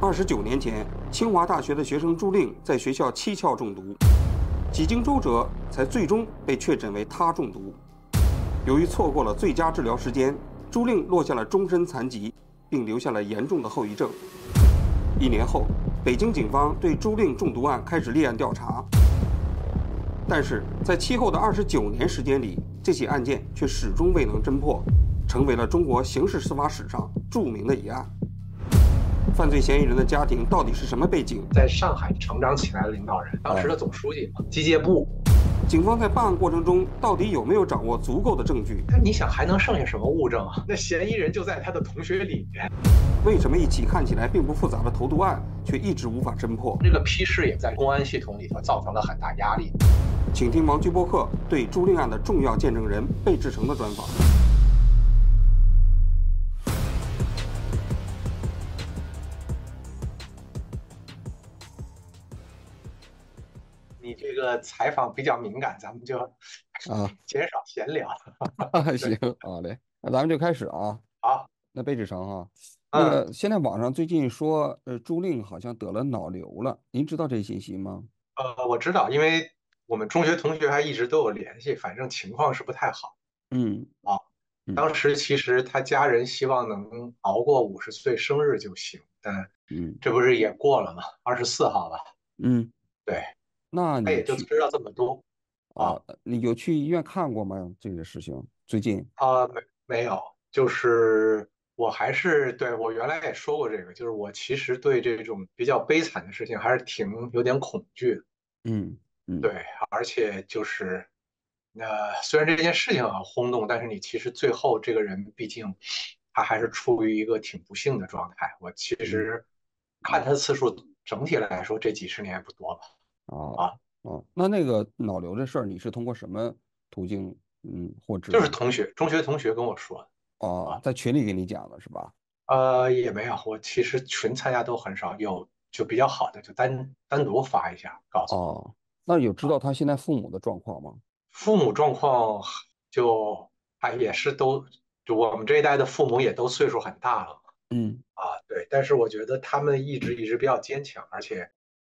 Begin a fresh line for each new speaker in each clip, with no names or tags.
二十九年前，清华大学的学生朱令在学校七窍中毒，几经周折，才最终被确诊为他中毒。由于错过了最佳治疗时间，朱令落下了终身残疾，并留下了严重的后遗症。一年后，北京警方对朱令中毒案开始立案调查，但是在其后的二十九年时间里，这起案件却始终未能侦破，成为了中国刑事司法史上著名的一案。犯罪嫌疑人的家庭到底是什么背景？
在上海成长起来的领导人，当时的总书记嘛，机械部。
警方在办案过程中到底有没有掌握足够的证据？
那你想还能剩下什么物证啊？那嫌疑人就在他的同学里面。
为什么一起看起来并不复杂的投毒案却一直无法侦破？
这个批示也在公安系统里头造成了很大压力。
请听王居播客对朱令案的重要见证人贝志成的专访。
你这个采访比较敏感，咱们就
啊，
减少闲聊。
行，好嘞，那咱们就开始啊。
好，嗯
那贝志成哈，那个现在网上最近说，呃，朱令好像得了脑瘤了，您知道这信息吗？
呃，我知道，因为我们中学同学还一直都有联系，反正情况是不太好。
嗯，
啊，
嗯
当时其实他家人希望能熬过五十岁生日就行，但
嗯
这不是也过了吗？二十四号吧，
嗯，
对，
那
他
你
也就
去
知道这么多
啊，你有去医院看过吗？这个事情最近
啊，没没有，就是我还是对我原来也说过这个，就是我其实对这种比较悲惨的事情还是挺有点恐惧的。
嗯嗯
对，而且就是，呃，虽然这件事情很轰动，但是你其实最后这个人，毕竟他还是处于一个挺不幸的状态。我其实看他的次数，整体来说这几十年也不多吧。
啊啊，那那个脑瘤这事儿你是通过什么途径嗯获知
就是啊
的？
同学，中学同学跟我说的，
哦，在群里给你讲的是吧？
呃，也没有，我其实群参加都很少，有就比较好的就单单独发一下，告诉我
哦，那有
啊
知道他现在父母的状况吗？
父母状况就还也是都，就我们这一代的父母也都岁数很大了。
嗯
啊，对，但是我觉得他们意志一直比较坚强，而且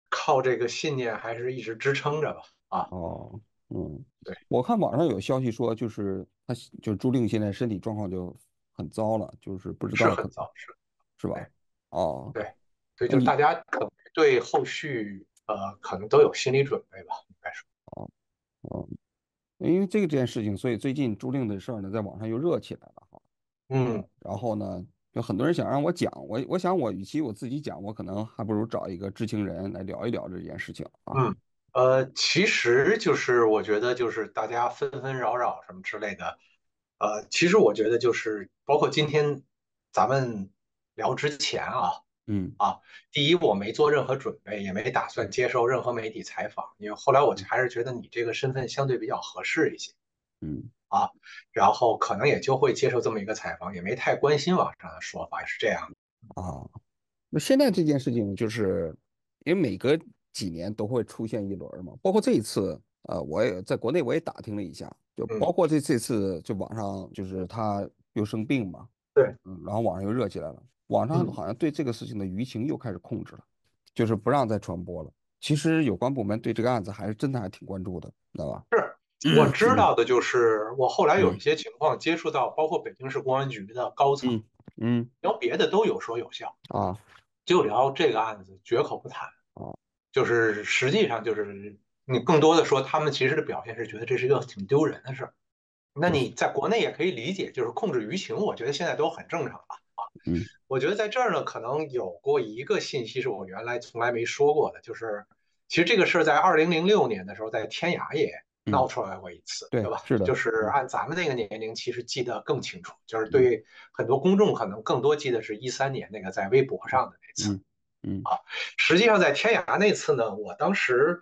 靠这个信念还是一直支撑着吧。啊，
哦，嗯，
对，
我看网上有消息说，就是他现，就是朱令现在身体状况就很糟了，就是不知
是
道
很
可
早，是，
是吧？哦，
对对，
那
就是
你
大家可能对后续呃可能都有心理准备吧，应该说。
哦，因为这个这件事情，所以最近朱令的事儿呢，在网上又热起来了哈。
嗯，
然后呢，有很多人想让我讲，我我想我与其我自己讲，我可能还不如找一个知情人来聊一聊这件事情啊。
嗯呃，其实就是我觉得就是大家纷纷扰扰什么之类的，呃，其实我觉得就是包括今天咱们聊之前啊。
嗯
第一，我没做任何准备，也没打算接受任何媒体采访，因为后来我就还是觉得你这个身份相对比较合适一些，
嗯
然后可能也就会接受这么一个采访，也没太关心网上的说法，是这样的。
啊，那现在这件事情就是，因为每隔几年都会出现一轮儿嘛，包括这一次，呃，我也在国内我也打听了一下，就包
嗯
括这这次就网上就是他又生病嘛，
对
嗯，然后网上又热起来了，网上
嗯
好像对这个事情的舆情又开始控制了，就是不让再传播了。其实有关部门对这个案子还是真的还挺关注的，知道吧？
我知道的就是，我后来有
嗯
一些情况接触到，包括北京市公安局的高层，
嗯
聊别的都有说有笑，
啊
就聊这个案子绝口不谈
哦。
就是实际上就是你更多的说，他们其实的表现是觉得这是一个挺丢人的事儿。那你
嗯
在国内也可以理解，就是控制舆情，我觉得现在都很正常了啊。
嗯
我觉得在这儿呢，可能有过一个信息是我原来从来没说过的，就是其实这个事儿在二零零六年的时候，在天涯也闹出来过一
嗯
次，
对
对吧？
是的嗯
就是按咱们那个年龄，其实记得更清楚，就是对于很多公众可能更多记得是一三年那个在微博上的那次。啊
嗯
实际上，在天涯那次呢，我当时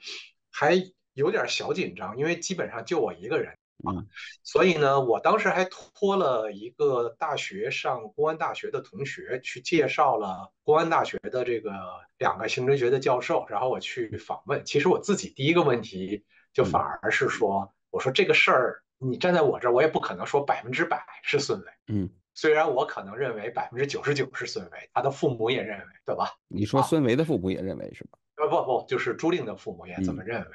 还有点小紧张，因为基本上就我一个人，
嗯
所以呢，我当时还托了一个大学上公安大学的同学去介绍了公安大学的这个两个刑侦学的教授，然后我去访问。其实我自己第一个问题就反而是说，我说这个事儿，你站在我这儿，我也不可能说百分之百是孙磊。
嗯
虽然我可能认为百分之九十九是孙维，他的父母也认为，对吧？
你说孙维的父母也认为是吧？
呃，不不，就是朱令的父母也这
嗯
么认为。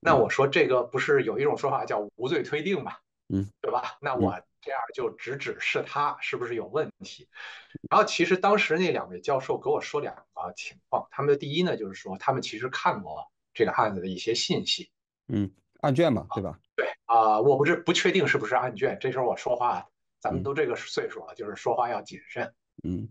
那我说这个不是有一种说法叫无罪推定嘛？
嗯，
对吧？那我这样就直指是他是不是有问题？然后其实当时那两位教授给我说两个情况，他们的第一呢就是说他们其实看过这个案子的一些信息，
嗯，案卷嘛，对吧？
对啊、我不是不确定是不是案卷，这时候我说话，咱们都这个岁数了，就是说话要谨慎。
嗯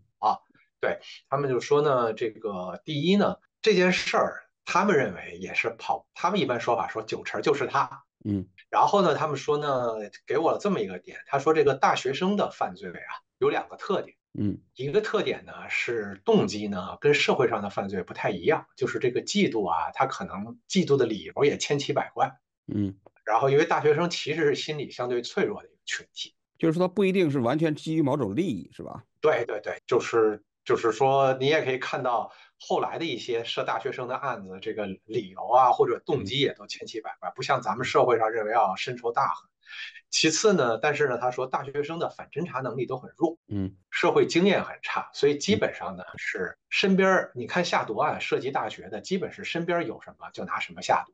他们就说呢，这个第一呢，这件事儿他们认为也是跑，他们一般说法说九成就是他。
嗯
然后呢，他们说呢，给我了这么一个点，他说这个大学生的犯罪啊有两个特点，
嗯
一个特点呢是动机呢跟社会上的犯罪不太一样，就是这个嫉妒啊，他可能嫉妒的理由也千奇百怪。
嗯，
然后因为大学生其实是心理相对脆弱的一个群体，
就是说他不一定是完全基于某种利益，是吧？
对对对，就是就是说，你也可以看到后来的一些涉大学生的案子，这个理由啊或者动机也都千奇百怪，不像咱们社会上认为啊深仇大恨。其次呢，但是呢，他说大学生的反侦查能力都很弱，
嗯
社会经验很差，所以基本上呢是身边儿你看下毒案涉及大学的，基本是身边儿有什么就拿什么下毒。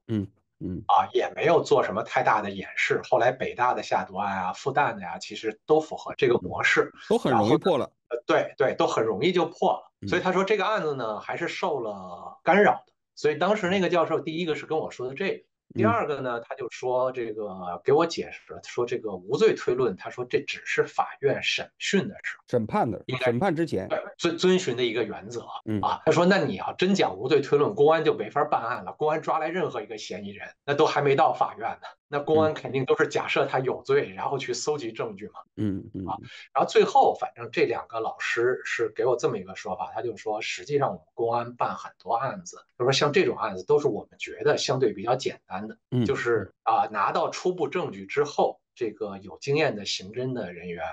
嗯
啊，也没有做什么太大的掩饰。后来北大的下毒案啊、复旦的呀、其实都符合这个模式。
都很
然
容易
后
破了。
呃，对对，都很容易就破了。
嗯
所以他说这个案子呢，还是受了干扰的。所以当时那个教授，第一个是跟我说的这个，第
嗯
二个呢，他就说这个给我解释了，说这个无罪推论，他说这只是法院审讯的时候
审判的
应，该
审判之前，
对遵遵循的一个原则
嗯
啊。他说那你要真讲无罪推论，公安就没法办案了。公安抓来任何一个嫌疑人，那都还没到法院呢，那
嗯
公安肯定都是假设他有罪，然后去搜集证据嘛。
嗯嗯
然后最后，反正这两个老师是给我这么一个说法，他就说，实际上我们公安办很多案子，就说像这种案子都是我们觉得相对比较简单的，
嗯，
就是啊、拿到初步证据之后，这个有经验的刑侦的人员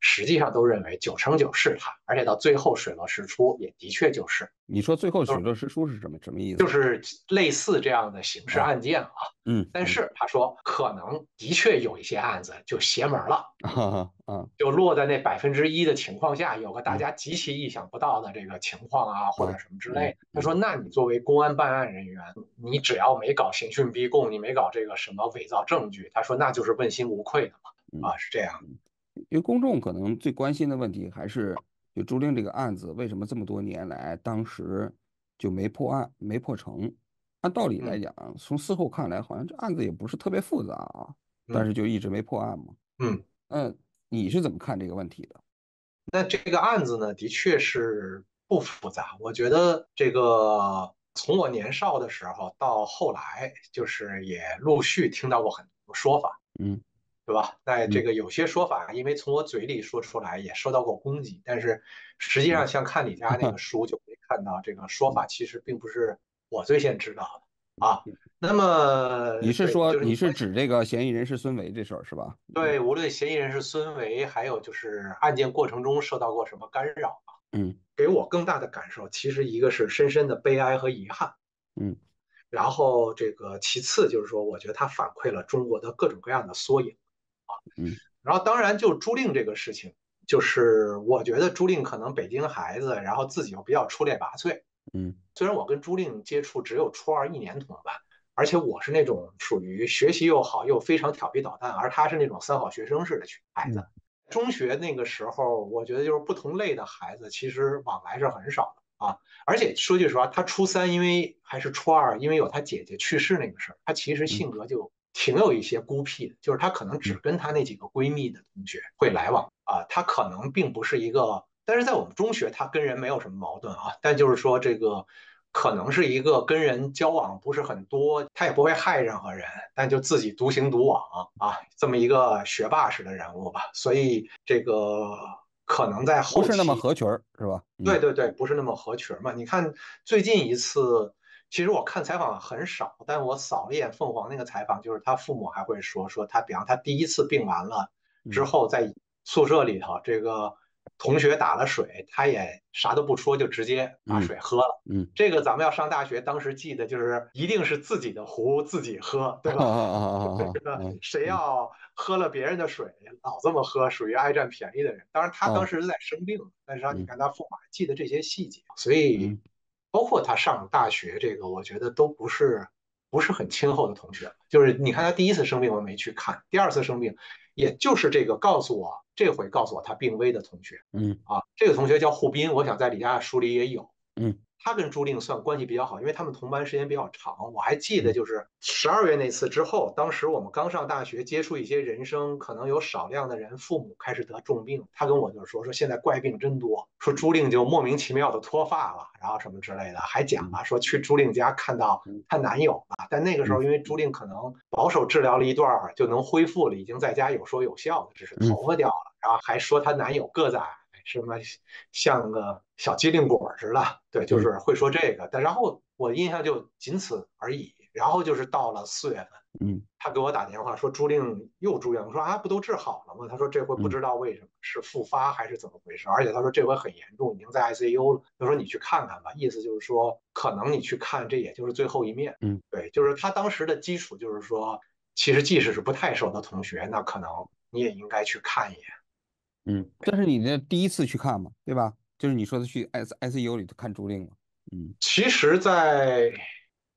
实际上都认为九成九是他，而且到最后水落石出，也的确就是，
你说最后水落石出是什么什么意思？
就是类似这样的刑事案件啊。
嗯，
但是他说，可能的确有一些案子就邪门了。
嗯啊啊，
就落在那百分之一的情况下，有个大家极其意想不到的这个情况啊，或者什么之类的。他说：“那你作为公安办案人员，你只要没搞刑讯逼供，你没搞这个什么伪造证据，他说那就是问心无愧的嘛。”啊，是这样。
因为公众可能最关心的问题还是就朱令这个案子，为什么这么多年来当时就没破案、没破成？按道理
嗯
来讲，从事后看来，好像这案子也不是特别复杂啊，但
嗯
是就一直没破案嘛。
嗯，
嗯，你是怎么看这个问题的？
那这个案子呢，的确是不复杂。我觉得这个从我年少的时候到后来，就是也陆续听到过很多说法。
嗯
对吧？那这
嗯
个有些说法，因为从我嘴里说出来也受到过攻击，但是实
嗯
际上像看李佳那个书就可以看到，这个说法其实并不是我最先知道的啊。那么
嗯你是
呃对
说
就是
你是指这个嫌疑人是孙维这事儿是吧？
对，无论嫌疑人是孙维，还有就是案件过程中受到过什么干扰啊，
嗯
给我更大的感受，其实一个是深深的悲哀和遗憾，
嗯，
然后这个其次就是说，我觉得它反馈了中国的各种各样的缩影啊，
嗯，
然后当然就朱令这个事情，就是我觉得朱令可能北京孩子，然后自己又比较出类拔萃，
嗯
虽然我跟朱令接触只有初二一年同班，而且我是那种属于学习又好又非常调皮捣蛋，而他是那种三好学生似的去孩子。中学那个时候，我觉得就是不同类的孩子其实往来是很少的啊。而且说句实话，他初三因为还是初二，因为有他姐姐去世那个事儿，他其实
嗯
性格就挺有一些孤僻的，就是他可能只跟他那几个闺蜜的同学会来往啊，他可能并不是一个。但是在我们中学，他跟人没有什么矛盾啊，但就是说这个可能是一个跟人交往不是很多，他也不会害任何人，但就自己独行独往啊，这么一个学霸式的人物吧。所以这个可能在后
不
期，
是那么合群儿是吧？嗯
对对对，不是那么合群嘛。你看最近一次，其实我看采访很少，但我扫了一眼凤凰那个采访，就是他父母还会说说他，比方他第一次病完了之
嗯
后，在宿舍里头这个同学打了水，他也啥都不说，就直接把水喝了。
嗯，
这个咱们要上大学，当时记得就是一定是自己的壶自己喝，对
啊啊
吧？
啊啊
这
啊
个
嗯！
谁要喝了别人的水，老这么喝，属于爱占便宜的人。当然，他
嗯
当时是在生病，但是他你看他父母还记得这些细节，所以
嗯
包括他上大学这个，我觉得都不是不是很亲厚的同学。就是你看他第一次生病我没去看，第二次生病，也就是这个告诉我这回告诉我他病危的同学
嗯
啊，这个同学叫胡斌，我想在李佳书里也有。
嗯，
他跟朱令算关系比较好，因为他们同班时间比较长。我还记得，就是十二月那次之后，当时我们刚上大学，接触一些人生，可能有少量的人父母开始得重病。他跟我就是说，说现在怪病真多，说朱令就莫名其妙的脱发了，然后什么之类的，还讲啊，说去朱令家看到她男友了。但那个时候，因为朱令可能保守治疗了一段儿就能恢复了，已经在家有说有笑的，只是头发掉了，然后还说她男友个子矮。什么像个小机灵鬼儿似的，对，
嗯
就是会说这个。但然后我印象就仅此而已。然后就是到了四月份，
嗯
他给我打电话说朱令又住院，我说啊不都治好了吗？他说这回
嗯
不知道为什么是复发还是怎么回事，而且他说这回很严重，已经在 ICU 了。他说你去看看吧，意思就是说可能你去看这也就是最后一面。
嗯，
对，就是他当时的基础就是说，其实即使是不太熟的同学，那可能你也应该去看一眼。
嗯，但是你那第一次去看嘛，对吧？就是你说的去 I I C U 里头看朱令嘛，嗯
其实在，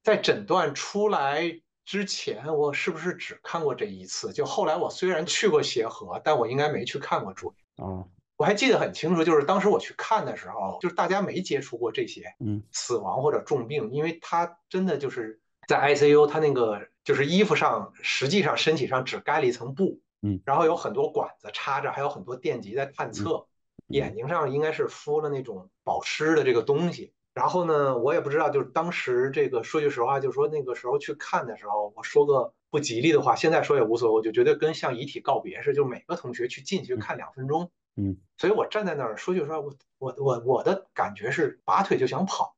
在诊断出来之前，我是不是只看过这一次？就后来我虽然去过协和，但我应该没去看过住院。
啊
我还记得很清楚，就是当时我去看的时候，就是大家没接触过这些
嗯
死亡或者重病，因为他真的就是在 ICU，他那个就是衣服上实际上身体上只盖了一层布，
嗯，
然后有很多管子插着，还有很多电极在探测，
嗯
眼睛上应该是敷了那种保湿的这个东西。然后呢，我也不知道，就是当时这个说句实话，就是说那个时候去看的时候，我说个不吉利的话，现在说也无所谓，我就觉得跟向遗体告别似的，就每个同学去进去看两分钟。
嗯，
所以我站在那儿，说句实话，我我我我的感觉是拔腿就想跑，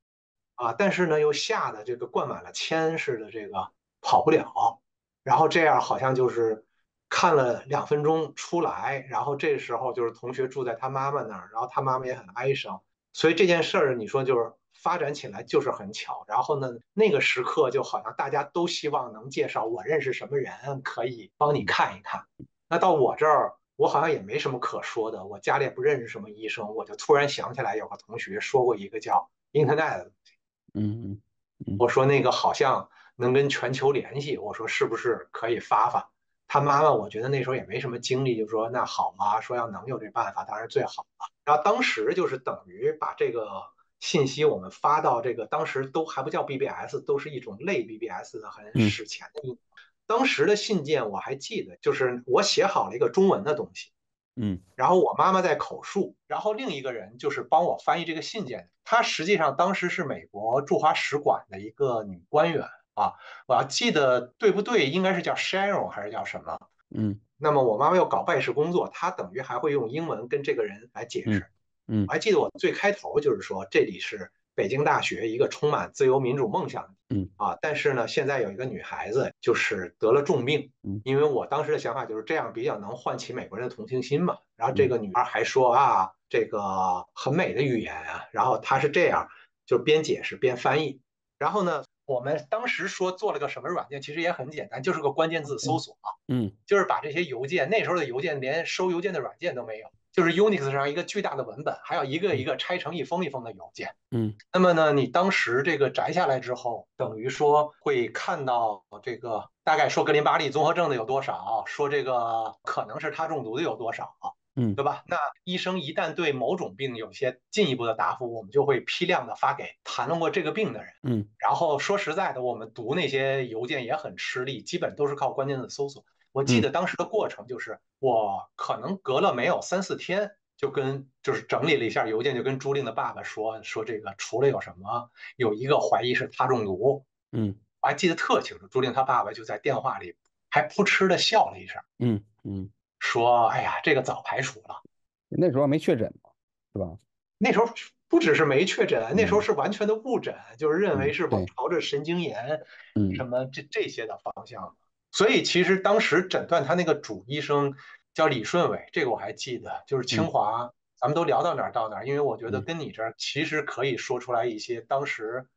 啊，但是呢又吓得这个灌满了铅似的，这个跑不了。然后这样好像就是看了两分钟出来，然后这时候就是同学住在他妈妈那儿，然后他妈妈也很哀伤，所以这件事儿你说就是发展起来就是很巧。然后呢，那个时刻就好像大家都希望能介绍我认识什么人，可以帮你看一看。那到我这儿，我好像也没什么可说的，我家里也不认识什么医生，我就突然想起来有个同学说过一个叫 Internet 的
嗯嗯
我说那个好像能跟全球联系，我说是不是可以发发？他妈妈我觉得那时候也没什么精力，就说那好吧，说要能有这办法当然最好了。然后当时就是等于把这个信息我们发到这个当时都还不叫 BBS，都是一种类 BBS 的很
嗯
史前的一。当时的信件我还记得，就是我写好了一个中文的东西，
嗯
然后我妈妈在口述，然后另一个人就是帮我翻译这个信件的。她实际上当时是美国驻华使馆的一个女官员啊，我要记得对不对，应该是叫 Sharon 还是叫什么？
嗯
那么我妈妈要搞办事工作，她等于还会用英文跟这个人来解释。
嗯
我还记得我最开头就是说，这里是北京大学一个充满自由民主梦想的地
嗯
啊，但是呢，现在有一个女孩子就是得了重病
嗯，
因为我当时的想法就是这样比较能唤起美国人的同情心嘛。
嗯
然后这个女孩还说啊，这个很美的语言啊，然后她是这样，就是边解释边翻译。然后呢，我们当时说做了个什么软件，其实也很简单，就是个关键字搜索。
嗯
就是把这些邮件，那时候的邮件连收邮件的软件都没有，就是 Unix 上一个巨大的文本，还要一个一个拆成一封一封的邮件。
嗯
那么呢，你当时这个摘下来之后，等于说会看到这个大概说格林巴利综合症的有多少，啊说这个可能是他中毒的有多少，啊
嗯
对吧？那医生一旦对某种病有些进一步的答复，我们就会批量的发给谈论过这个病的人。
嗯
然后说实在的，我们读那些邮件也很吃力，基本都是靠关键字搜索。我记得当时的过程就是，我可能隔了没有三四天，就跟就是整理了一下邮件，就跟朱令的爸爸说说这个除了有什么，有一个怀疑是他中毒，
嗯
我还记得特清楚。朱令他爸爸就在电话里还扑哧的笑了一声，
嗯嗯，
说：“哎呀，这个早排除了。”
那时候还没确诊嘛，是吧？
那时候不只是没确诊，那时候是完全的误诊，就是认为是往
对
朝着神经炎
嗯
什么这这些的方向。所以其实当时诊断他那个主医生叫李顺伟，这个我还记得，就是清华咱们都聊到哪儿到哪儿，因为我觉得
嗯
跟你这儿其实可以说出来一些当时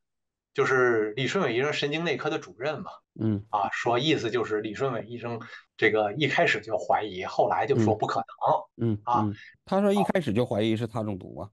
就是李顺伟医生神经内科的主任嘛，
嗯
啊，说意思就是李顺伟医生这个一开始就怀疑，后来就说
嗯
不可能，
嗯
啊
嗯，他说一开始就怀疑是他中毒啊，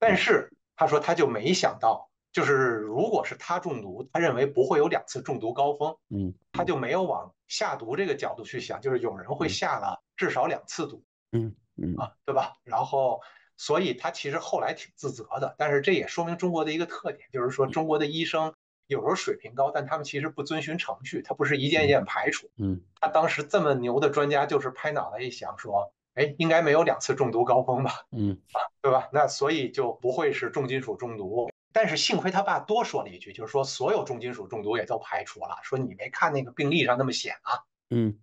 但是他说他就没想到，就是如果是他中毒，他认为不会有两次中毒高峰，
嗯，
他就没有往下毒这个角度去想，就是有人会
嗯
下了至少两次毒。
嗯嗯
啊，对吧？然后，所以他其实后来挺自责的，但是这也说明中国的一个特点，就是说中国的医生有时候水平高，但他们其实不遵循程序，他不是一件一件排除。
嗯
他当时这么牛的专家，就是拍脑袋一想说，哎，应该没有两次中毒高峰吧，
嗯
对吧？那所以就不会是重金属中毒。但是幸亏他爸多说了一句，就是说所有重金属中毒也都排除了，说你没看那个病历上那么显啊。
嗯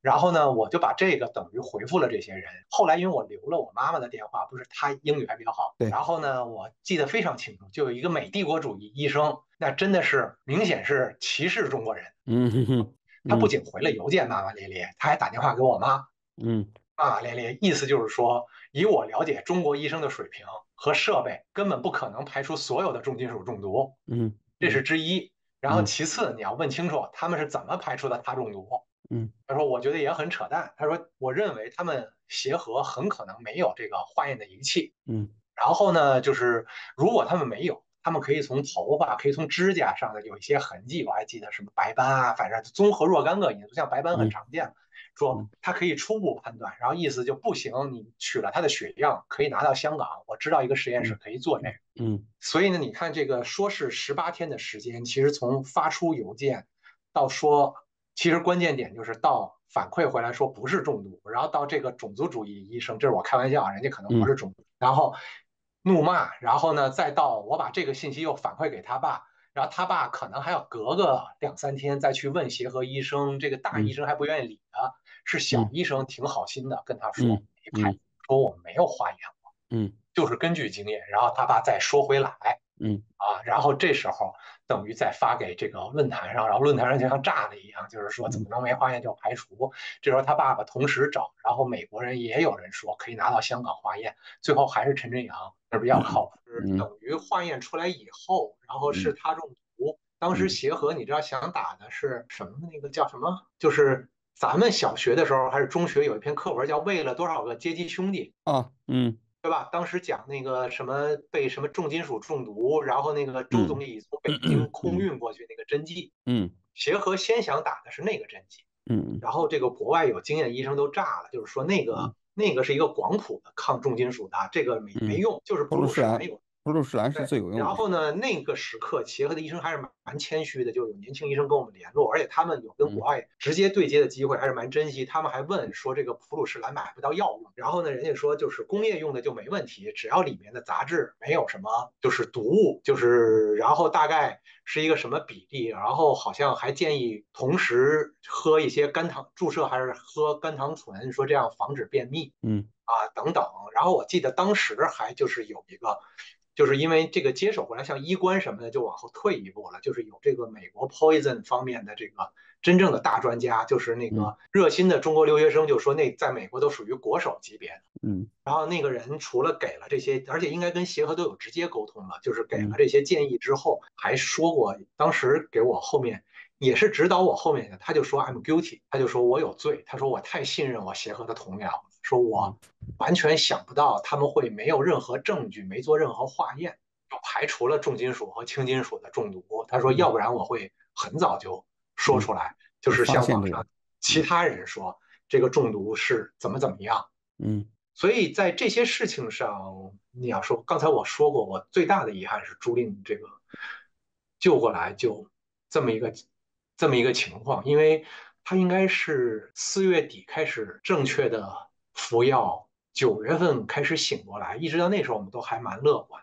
然后呢，我就把这个等于回复了这些人。后来因为我留了我妈妈的电话，不是她英语还比较好，
对
然后呢，我记得非常清楚，就有一个美帝国主义医生，那真的是明显是歧视中国人。
嗯哼哼，
啊他不
嗯
仅回了邮件骂骂咧咧，他还打电话给我妈
嗯
骂骂咧咧，意思就是说，以我了解中国医生的水平和设备，根本不可能排除所有的重金属中毒，
嗯
这是之一。然后
嗯
其次，你要问清楚他们是怎么排除的他中毒。
嗯
他说：“我觉得也很扯淡。”他说：“我认为他们协和很可能没有这个化验的仪器。
嗯
然后呢，就是如果他们没有，他们可以从头发、可以从指甲上的有一些痕迹，我还记得什么白斑啊，反正综合若干个因素，像白斑很
嗯
常见。说
嗯
他可以初步判断，然后意思就不行，你取了他的血样可以拿到香港，我知道一个实验室可以做这个。
嗯
所以呢，你看这个说是十八天的时间，其实从发出邮件到说，其实关键点就是到反馈回来说不是中毒，然后到这个种族主义医生，这是我开玩笑啊，人家可能
嗯
不是种族，然后怒骂，然后呢再到我把这个信息又反馈给他爸，然后他爸可能还要隔个两三天再去问协和医生，这个大医生还不愿意理啊，是小
嗯
医生挺好心的跟他说，
嗯
没排除说我没有化验，
嗯
就是根据经验，然后他爸再说回来。
嗯
啊，然后这时候等于再发给这个论坛上，然后论坛上就像炸了一样，就是说怎么能
嗯
没化验就排除？这时候他爸爸同时找，然后美国人也有人说可以拿到香港化验，最后还是陈振阳那比较靠谱。
嗯
等于化验出来以后，然后是他中毒。当
嗯
时协和你知道想打的是什么？那个叫什么？就是咱们小学的时候还是中学有一篇课文叫《为了多少个阶级兄弟》。
啊嗯
对吧？当时讲那个什么被什么重金属中毒，然后那个周
嗯
总理从北京空运过去那个针剂，
嗯
协和先想打的是那个针剂，
嗯
然后这个国外有经验医生都炸了，就是说那个
嗯
那个是一个广谱的抗重金属的，这个没没
嗯
用，就是
普
布
鲁
鲁
士
士
蓝
没有。
普鲁士蓝是
对
最有用
然
的，
后呢，那个时刻协和的医生还是蛮蛮谦虚的，就有年轻医生跟我们联络，而且他们有跟
嗯
国外直接对接的机会，还是蛮珍惜。他们还问说这个普鲁士蓝买不到药用，然后呢，人家说就是工业用的就没问题，只要里面的杂质没有什么就是毒物，就是然后大概是一个什么比例，然后好像还建议同时喝一些甘糖注射还是喝甘糖醇，说这样防止便秘。
嗯
啊等等。然后我记得当时还就是有一个，就是因为这个接手回来，像医官什么的就往后退一步了，就是有这个美国 poison 方面的这个真正的大专家，就是那个
嗯
热心的中国留学生就说那在美国都属于国手级别的。
嗯
然后那个人除了给了这些，而且应该跟协和都有直接沟通了，就是给了
嗯
这些建议之后，还说过，当时给我后面也是指导我后面的，他就说 I'm guilty，他就说我有罪，他说我太信任我协和的同僚了，说我
嗯
完全想不到他们会没有任何证据，没做任何化验就排除了重金属和轻金属的中毒，他
嗯
说要不然我会很早就说出来，就是
发
像
现
网
这个
上其他人说这个中毒是怎么怎么样。
嗯
所以在这些事情上，你要说，刚才我说过，我最大的遗憾是朱令这个救过来就这么一个这么一个情况，因为他应该是四月底开始正确的服药，九月份开始醒过来，一直到那时候我们都还蛮乐观，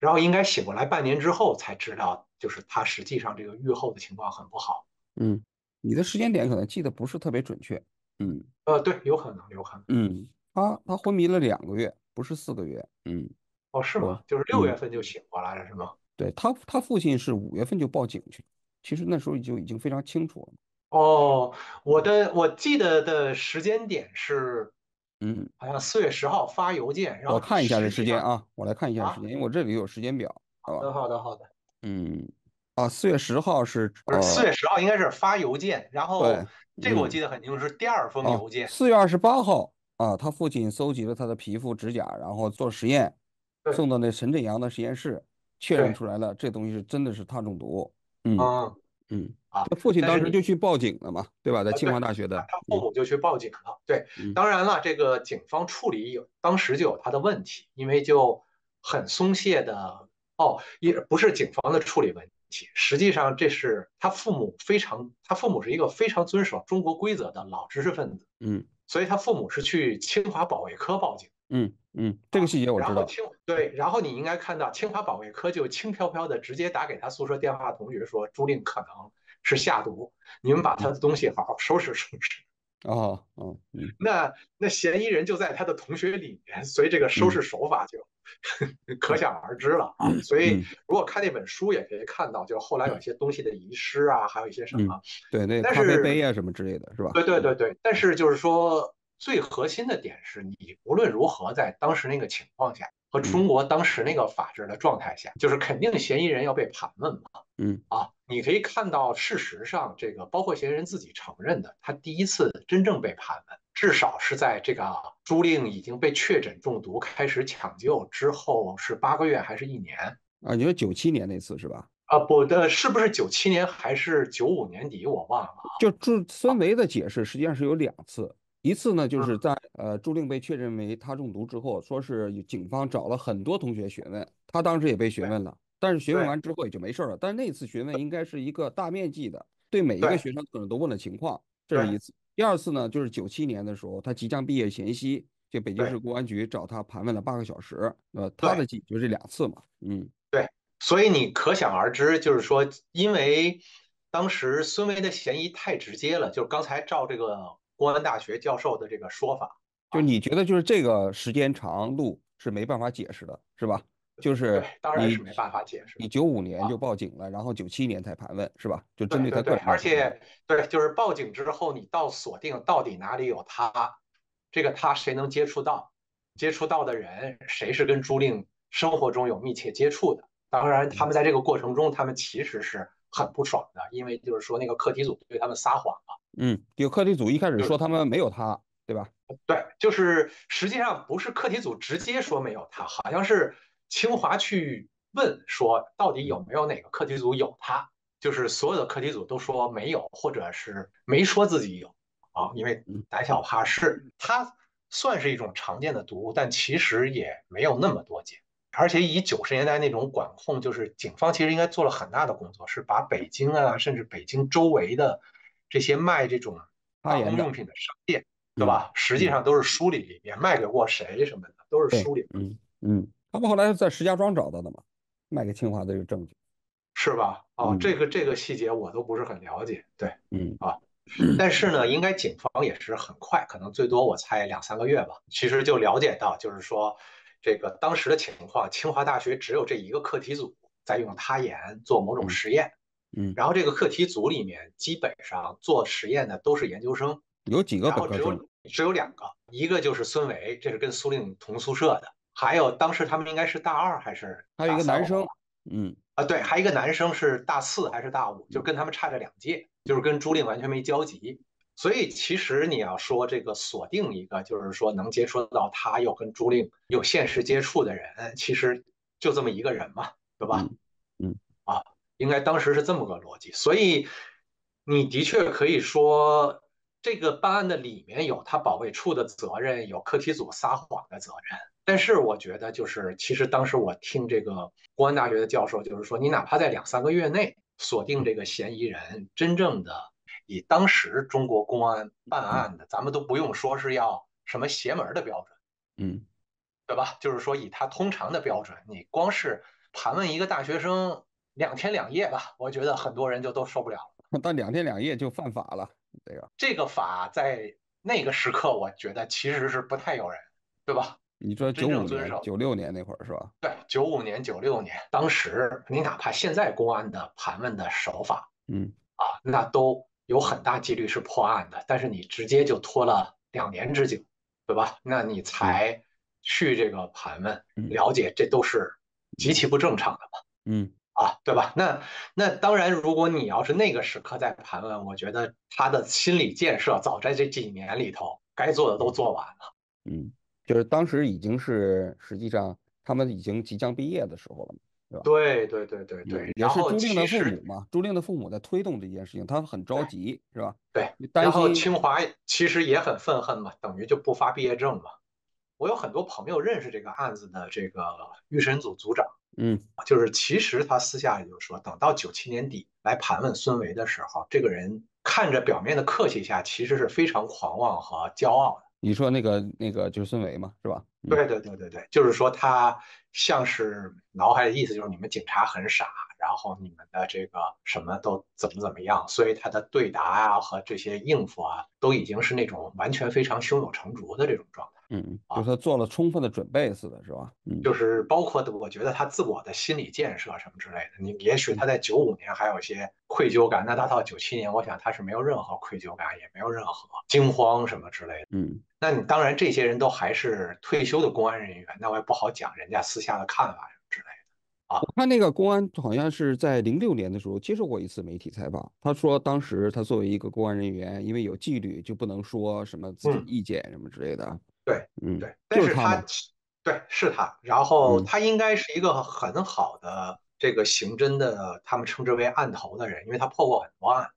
然后应该醒过来半年之后才知道，就是他实际上这个愈后的情况很不好。
嗯，你的时间点可能记得不是特别准确，嗯
呃，对，有可能，有可能。
嗯，他他昏迷了两个月，不是四个月，嗯，
哦，是吗
哦？
就是六月
嗯
份就醒过来了，是吗？
对他他父亲是五月份就报警去，其实那时候就已经非常清楚了，
哦，我的我记得的时间点是
嗯，
好像四月十号发邮件，然后
我看一下这时间
上。
啊，我来看一下
啊
时间，因为我这里有时间表，好
好
吧？
的，好的，好的。
嗯，啊，四月十号是
不是四
呃
月十号应该是发邮件，然后
对
这个我
嗯
记得很清楚，是第二封
哦
邮，件。
四月二十八号啊，他父亲搜集了他的皮肤、指甲，然后做实验，
对
送到那沈振阳的实验室，确认
对
出来了这东西是真的是碳中毒。嗯
嗯，
嗯，
啊
这父亲
但
当
是
时
你
就去报警了嘛，对吧？在
啊
清
对
华大学的，
他父母就去报警了。对，
嗯
当然了，这个警方处理有当时就有他的问题，因为就很松懈的哦，也不是警方的处理问题，实际上这是他父母非常，他父母是一个非常遵守中国规则的老知识分子，
嗯
所以他父母是去清华保卫科报警。
嗯嗯，这个细节我
啊然
知
后
道。
清对，然后你应该看到清华保卫科就轻飘飘的直接打给他宿舍电话同学说朱令可能是下毒，你们把他的东西好好收拾收拾。
哦哦嗯
那那嫌疑人就在他的同学里面，所以这个收拾手法就 可想而知了啊。所以
嗯嗯，
如果看那本书也可以看到，就后来有一些东西的遗失啊，还有一些
嗯
什么，
对，那
但
咖啡
是
杯啊什么之类的，是吧？
对对对对。但是就是说，最核心的点是你无论如何在当时那个情况下和中国当时那个法治的状态下，就是肯定嫌疑人要被盘问嘛。
嗯
啊，你可以看到，事实上，这个包括嫌疑人自己承认的，他第一次真正被盘问，至少是在这个朱令已经被确诊中毒、开始抢救之后，是八个月还是一年？
啊，你说九七年那次是吧？
啊，不的，是不是九七年还是九五年底？我忘了。
就
哦
朱孙维的解释实际上是有两次，一次呢
嗯
就是在呃朱令被确认为他中毒之后，说是有警方找了很多同学询问，他当时也被询
对
问了，但是询问
对
完之后也就没事儿了。但是那次询问应该是一个大面积的，对每一个
对
学生可能都问了情况，这是
对
一次。第二次呢，就是九七年的时候，他即将毕业前夕，就北京
对
市公安局找他盘问了八个小时，呃，他
对
的记就是两次嘛，嗯
所以你可想而知，就是说，因为当时孙维的嫌疑太直接了，就是刚才照这个公安大学教授的这个说法，
就你觉得就是这个时间长度是没办法解释的，是吧？就是
对，当然
你
是没办法解释的啊
你。九五年就报警了，然后九七年才盘问，是吧？就针
对
他
对
个
对，
人来盘问
而且对，就是报警之后，你到锁定到底哪里有他，这个他谁能接触到，接触到的人谁是跟朱令生活中有密切接触的。当然，他们在这个过程中，他们其实是很不爽的，因为就是说那个课题组对他们撒谎了。
嗯，有课题组一开始
就是啊
说他们没有他，对吧？
对，就是实际上不是课题组直接说没有他，好像是清华去问说到底有没有哪个课题组有他，就是所有的课题组都说没有，或者是没说自己有啊，因为胆小怕事，它算是一种常见的毒物，但其实也没有那么多见。而且以九十年代那种管控，就是警方其实应该做了很大的工作，是把北京啊，甚至北京周围的这些卖这种
发
大
言
公
的
用品的商店，
嗯
对吧？实际上都是梳理里面卖给过谁什么的，都
对
是梳理，
嗯嗯，他们后来在石家庄找到的嘛，卖给清华的这个证据。
是吧？哦
嗯，
这个这个细节我都不是很了解，对。
嗯
但是呢，应该警方也是很快，可能最多我猜两三个月吧，其实就了解到，就是说这个当时的情况，清华大学只有这一个课题组在用他盐做某种实验，
嗯，
然后这个课题组里面基本上做实验的都是研究生，
有几个
然
本
后
科
只有
生？
只有两个，一个就是孙维，这是跟苏令同宿舍的，还有当时他们应该是大二还是
还有一
大
个
三
男
我
生
忘了，
嗯
啊，对，还有一个男生是大四还是大五，就跟他们差着两届，就是跟朱令完全没交集。所以其实你要说这个锁定一个，就是说能接触到他又跟朱令有现实接触的人，其实就这么一个人嘛，对吧？
嗯嗯，
啊，应该当时是这么个逻辑。所以你的确可以说，这个办案的里面有他保卫处的责任，有课题组撒谎的责任。但是我觉得，就是其实当时我听这个公安大学的教授，就是说，你哪怕在两三个月内锁定这个嫌疑人，真正的以当时中国公安办案的，咱们都不用说是要什么邪门儿的标准，
嗯
对吧？就是说，以他通常的标准，你光是盘问一个大学生两天两夜吧，我觉得很多人就都受不了了。
但两天两夜就犯法了，这个
这个法在那个时刻，我觉得其实是不太有人，对吧？
你说九
真
五
正遵
年、
守
九六年那会儿是吧？
对，九五年、九六年，当时你哪怕现在公安的盘问的手法
嗯
啊，那都有很大几率是破案的，但是你直接就拖了两年之久，对吧？那你才去这个盘问，
嗯
了解这都是极其不正常的嘛，
嗯
啊，对吧？那那当然，如果你要是那个时刻在盘问，我觉得他的心理建设早在这几年里头该做的都做完了。
嗯，就是当时已经是实际上他们已经即将毕业的时候了嘛，
对对对对对，
嗯也
然
是
后
朱令的
其
父
实
母嘛，朱令的父母在推动这件事情，他很着急是吧？
对，
担
然后
心
清华其实也很愤恨嘛，等于就不发毕业证嘛。我有很多朋友认识这个案子的这个预审组组长，
嗯
就是其实他私下里就说，等到九七年底来盘问孙维的时候，这个人看着表面的客气下，其实是非常狂妄和骄傲的。
你说那个那个就是孙维嘛，是吧？嗯
对对对对对，就是说他像是脑海里意思就是你们警察很傻，然后你们的这个什么都怎么怎么样，所以他的对答啊和这些应付啊，都已经是那种完全非常胸有成竹的这种状态。
嗯，
啊
就是他做了充分的准备似的，是吧？嗯，
就是包括的，我觉得他自我的心理建设什么之类的。你也许他在九五年还有一些愧疚感，那他到九七年，我想他是没有任何愧疚感，也没有任何惊慌什么之类的。
嗯
那你当然这些人都还是退休的公安人员，那我也不好讲人家私下的看法什么之类的。
我看那个公安好像是在零六年的时候接受过一次媒体采访，他说当时他作为一个公安人员，因为有纪律就不能说什么自己
嗯
意见什么之类的。
对，
嗯，
对，
就
但
是
是
他
他
嘛
其对是他，然后
嗯
他应该是一个很好的这个刑侦的，他们称之为案头的人，因为他破过很多案。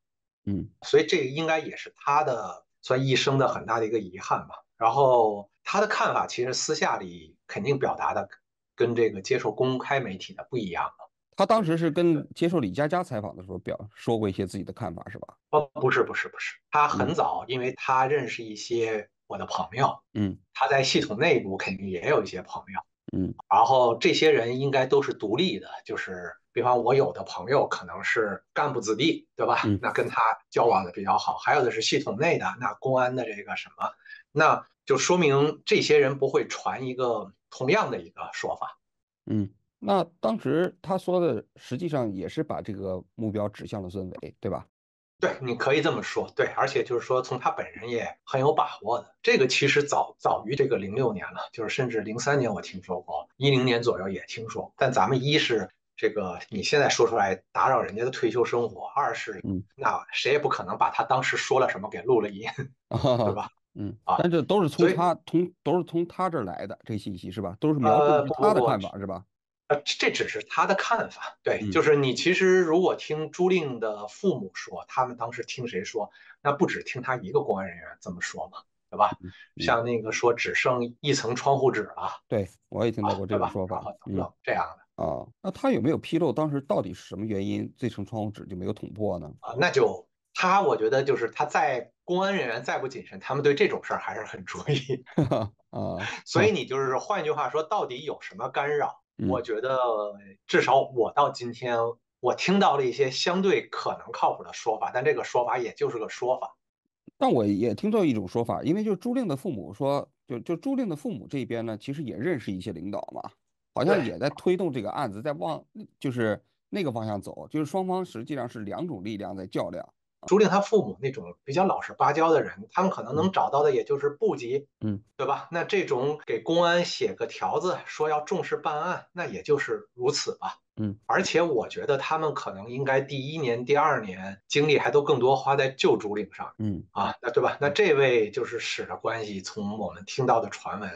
嗯
所以这个应该也是他的算一生的很大的一个遗憾吧。然后他的看法其实私下里肯定表达的跟这个接受公开媒体的不一样了。
他当时是跟接受李佳佳采访的时候表说过一些自己的看法，是吧？
哦，不是不是不是，他
嗯
很早，因为他认识一些我的朋友，
嗯
他在系统内部肯定也有一些朋友。
嗯
然后这些人应该都是独立的，就是比方我有的朋友可能是干部子弟，对吧
嗯？
那跟他交往的比较好，还有的是系统内的，那公安的这个什么，那就说明这些人不会传一个同样的一个说法。
嗯。那当时他说的实际上也是把这个目标指向了孙伟，对吧？
对，你可以这么说，对，而且就是说从他本人也很有把握的。这个其实早早于这个零六年了，就是甚至零三年我听说过，一零年左右也听说过。但咱们一是这个你现在说出来打扰人家的退休生活，二是
嗯
那谁也不可能把他当时说了什么给录了音，对
啊，
吧？
嗯，
啊
但这都是从
所以
他从都是从他这儿来的这信息是吧？都是描述
呃
的是
不
他
不
的
不
看法是吧？
呃，这这只是他的看法，对，
嗯
就是你其实如果听朱令的父母说，他们当时听谁说，那不只听他一个公安人员这么说嘛，对吧？
嗯
像那个说只剩一层窗户纸了，
对，我也听到
啊，
过这
对
种
吧？
说
然
法
后。等
嗯，
等这样的
啊，那他有没有披露当时到底是什么原因，这层窗户纸就没有捅破呢？
啊，那就他，我觉得就是他在公安人员再不谨慎，他们对这种事儿还是很注意。
啊，
所以你就是换句话说，到底有什么干
嗯
扰？我觉得至少我到今天，我听到了一些相对可能靠谱的说法，但这个说法也就是个说法。
哦但我也听到一种说法，因为就朱令的父母说，就就朱令的父母这边呢，其实也认识一些领导嘛，好像
对
也在推动这个案子在往就是那个方向走，就是双方实际上是两种力量在较量。
朱令他父母那种比较老实巴交的人，他们可能能找到的也就是部级，
嗯，
对吧？那这种给公安写个条子说要重视办案，那也就是如此吧。
嗯，
而且我觉得他们可能应该第一年、第二年精力还都更多花在救朱令上
嗯
啊，那对吧？那这位就是使的关系，从我们听到的传闻，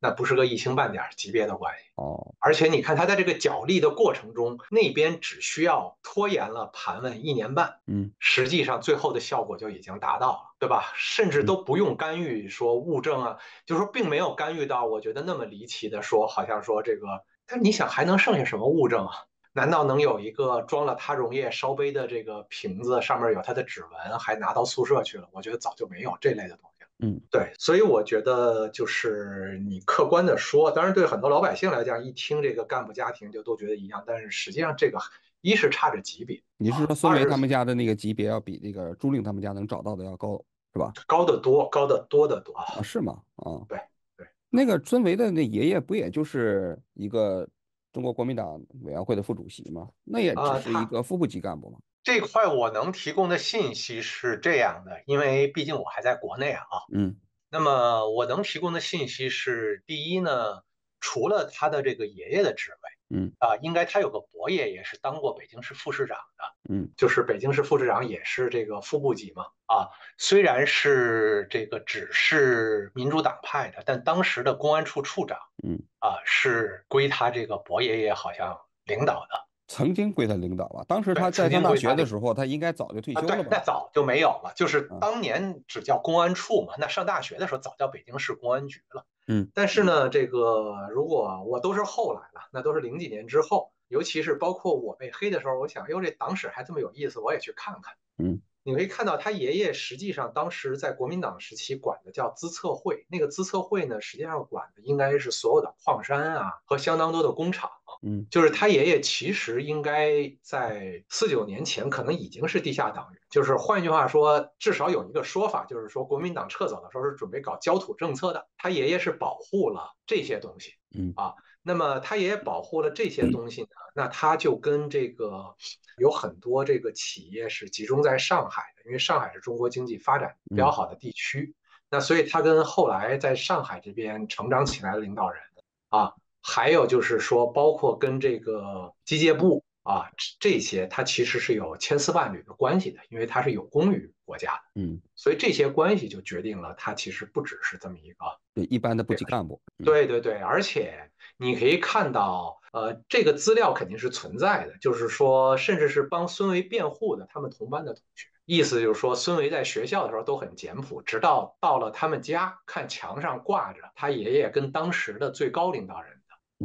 那不是个一星半点儿级别的关系。
哦，
而且你看，他在这个角力的过程中，那边只需要拖延了盘问一年半，
嗯
实际上最后的效果就已经达到了，对吧？甚至都不用干预说物证啊，就是说并没有干预到，我觉得那么离奇的说，好像说这个，但你想还能剩下什么物证啊？难道能有一个装了他溶液烧杯的这个瓶子，上面有他的指纹，还拿到宿舍去了？我觉得早就没有这类的东西了。
嗯，
对，所以我觉得就是你客观的说，当然对很多老百姓来讲，一听这个干部家庭就都觉得一样，但是实际上这个一是差着级别，
你是
啊
说孙
二
维
是
他们家的那个级别要比那个朱令他们家能找到的要高是吧？
高得多，高得多得多啊！
啊，是吗？啊，
对对，
那个孙维的那爷爷不也就是一个中国国民党委员会的副主席吗？那也只
啊
是一
他
个副部级干部嘛。
这块我能提供的信息是这样的，因为毕竟我还在国内啊，
嗯
那么我能提供的信息是，第一呢，除了他的这个爷爷的职位，
嗯
啊，应该他有个伯爷也是当过北京市副市长的，
嗯，
就是北京市副市长也是这个副部级嘛，啊，虽然是这个只是民主党派的，但当时的公安处处长，
嗯，
啊，是归他这个伯爷爷好像领导的。
曾经归他领导吧，当时
对
他
曾
在
经
上大
归
学
他
的
领
时候，他应该早就退
啊，
休了
对，
吧
那？早就没有了，就是
嗯
当年只叫公安处嘛，那上大学的时候早叫北京市公安局了。
嗯，
但是呢，这个如果我都是后来了，那都是零几年之后，尤其是包括我被黑的时候，我想，哟，这党史还这么有意思，我也去看看。
嗯，
你可以看到他爷爷实际上当时在国民党时期管的叫资策会，那个资策会呢，实际上管的应该是所有的矿山啊和相当多的工厂。
嗯，
就是他爷爷其实应该在四九年前可能已经是地下党员，就是换句话说，至少有一个说法，就是说国民党撤走的时候是准备搞焦土政策的，他爷爷是保护了这些东西，
嗯
啊，那么他爷爷保护了这些东西呢，那他就跟这个有很多这个企业是集中在上海的，因为上海是中国经济发展比较好的地区，那所以他跟后来在上海这边成长起来的领导人啊。还有就是说，包括跟这个机械部啊这这些，它其实是有千丝万缕的关系的，因为它是有功于国家的，
嗯，
所以这些关系就决定了它其实不只是这么一个。
对，一般的部级干部，嗯，
对对对，而且你可以看到，呃，这个资料肯定是存在的，就是说，甚至是帮孙维辩护的他们同班的同学，意思就是说，孙维在学校的时候都很简朴，直到到了他们家，看墙上挂着他爷爷跟当时的最高领导人的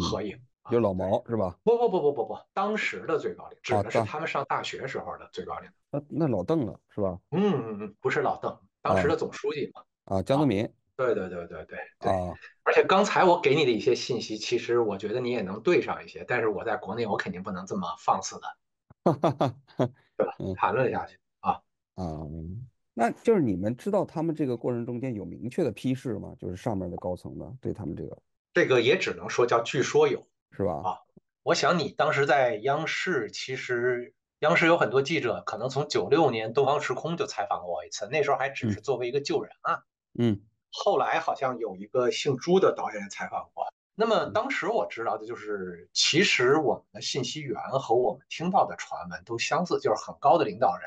合影。啊
有老
对
毛是吧？
不不不不不不，当时的最高领指
啊
的是
当
他们上大学时候的最高领。
那那老邓了是吧？
嗯嗯嗯，不是老邓，当时
啊
的总书记嘛。
啊，江泽民
对对对对对对。
啊，
而且刚才我给你的一些信息，其实我觉得你也能对上一些，但是我在国内我肯定不能这么放肆的
哈哈哈哈
谈论下去。
啊，嗯那就是你们知道他们这个过程中间有明确的批示吗？就是上面的高层的对他们这个
这个也只能说叫据说有。
是吧？
啊我想你当时在央视，其实央视有很多记者，可能从九六年东方时空就采访过我一次，那时候还只是作为一个救人啊案。
嗯
后来好像有一个姓朱的导演也采访过。那
嗯
么当时我知道的就是，其实我们的信息源和我们听到的传闻都相似，就是很高的领导
嗯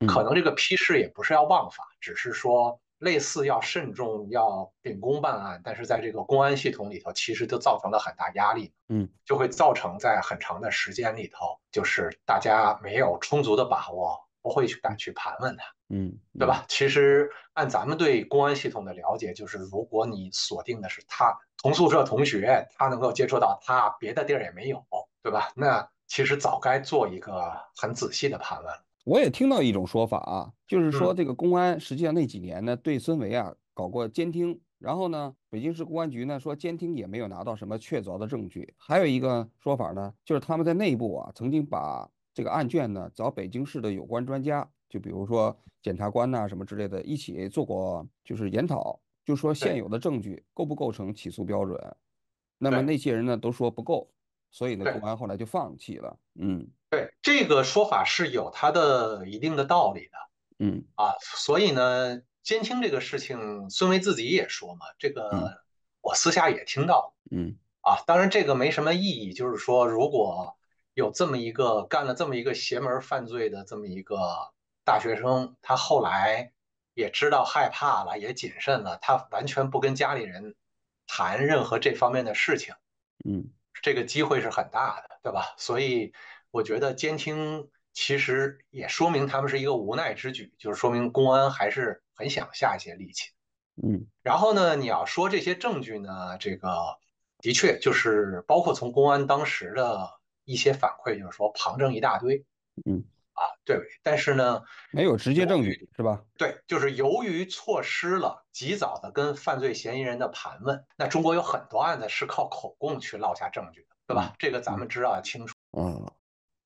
人，可能这个批示也不是要忘法，只是说类似要慎重、要秉公办案，但是在这个公安系统里头，其实就造成了很大压力，
嗯，
就会造成在很长的时间里头，就是大家没有充足的把握，不会去敢去盘问他。
嗯，
对
嗯？
吧？其实按咱们对公安系统的了解，就是如果你锁定的是他同宿舍同学，他能够接触到他，别的地儿也没有，对吧？那其实早该做一个很仔细的盘问了。
我也听到一种说法啊，就是说
嗯
这个公安实际上那几年呢，对孙维啊搞过监听，然后呢，北京市公安局呢说监听也没有拿到什么确凿的证据。还有一个说法呢，就是他们在内部啊曾经把这个案卷呢找北京市的有关专家，就比如说检察官呐、什么之类的，一起做过就是研讨，就说现
对
有的证据构不构成起诉标准。那么
对
那些人呢都说不够，所以呢
对
公安后来就放弃了。嗯
对，这个说法是有它的一定的道理的。
嗯
啊，所以呢，监听这个事情，孙维自己也说嘛，这
嗯
个我私下也听到
嗯
啊。当然，这个没什么意义，就是说，如果有这么一个干了这么一个邪门犯罪的这么一个大学生，他后来也知道害怕了，也谨慎了，他完全不跟家里人谈任何这方面的事情。
嗯
这个机会是很大的，对吧？所以我觉得监听其实也说明他们是一个无奈之举，就是说明公安还是很想下一些力气。
嗯
然后呢，你要说这些证据呢，这个的确就是包括从公安当时的一些反馈，就是说旁证一大堆
嗯，
啊，对。但是呢，
没有直接证据是吧？
对，就是由于错失了及早的跟犯罪嫌疑人的盘问，那中国有很多案子是靠口供去落下证据的，对吧？这个咱们知道得清楚。
啊，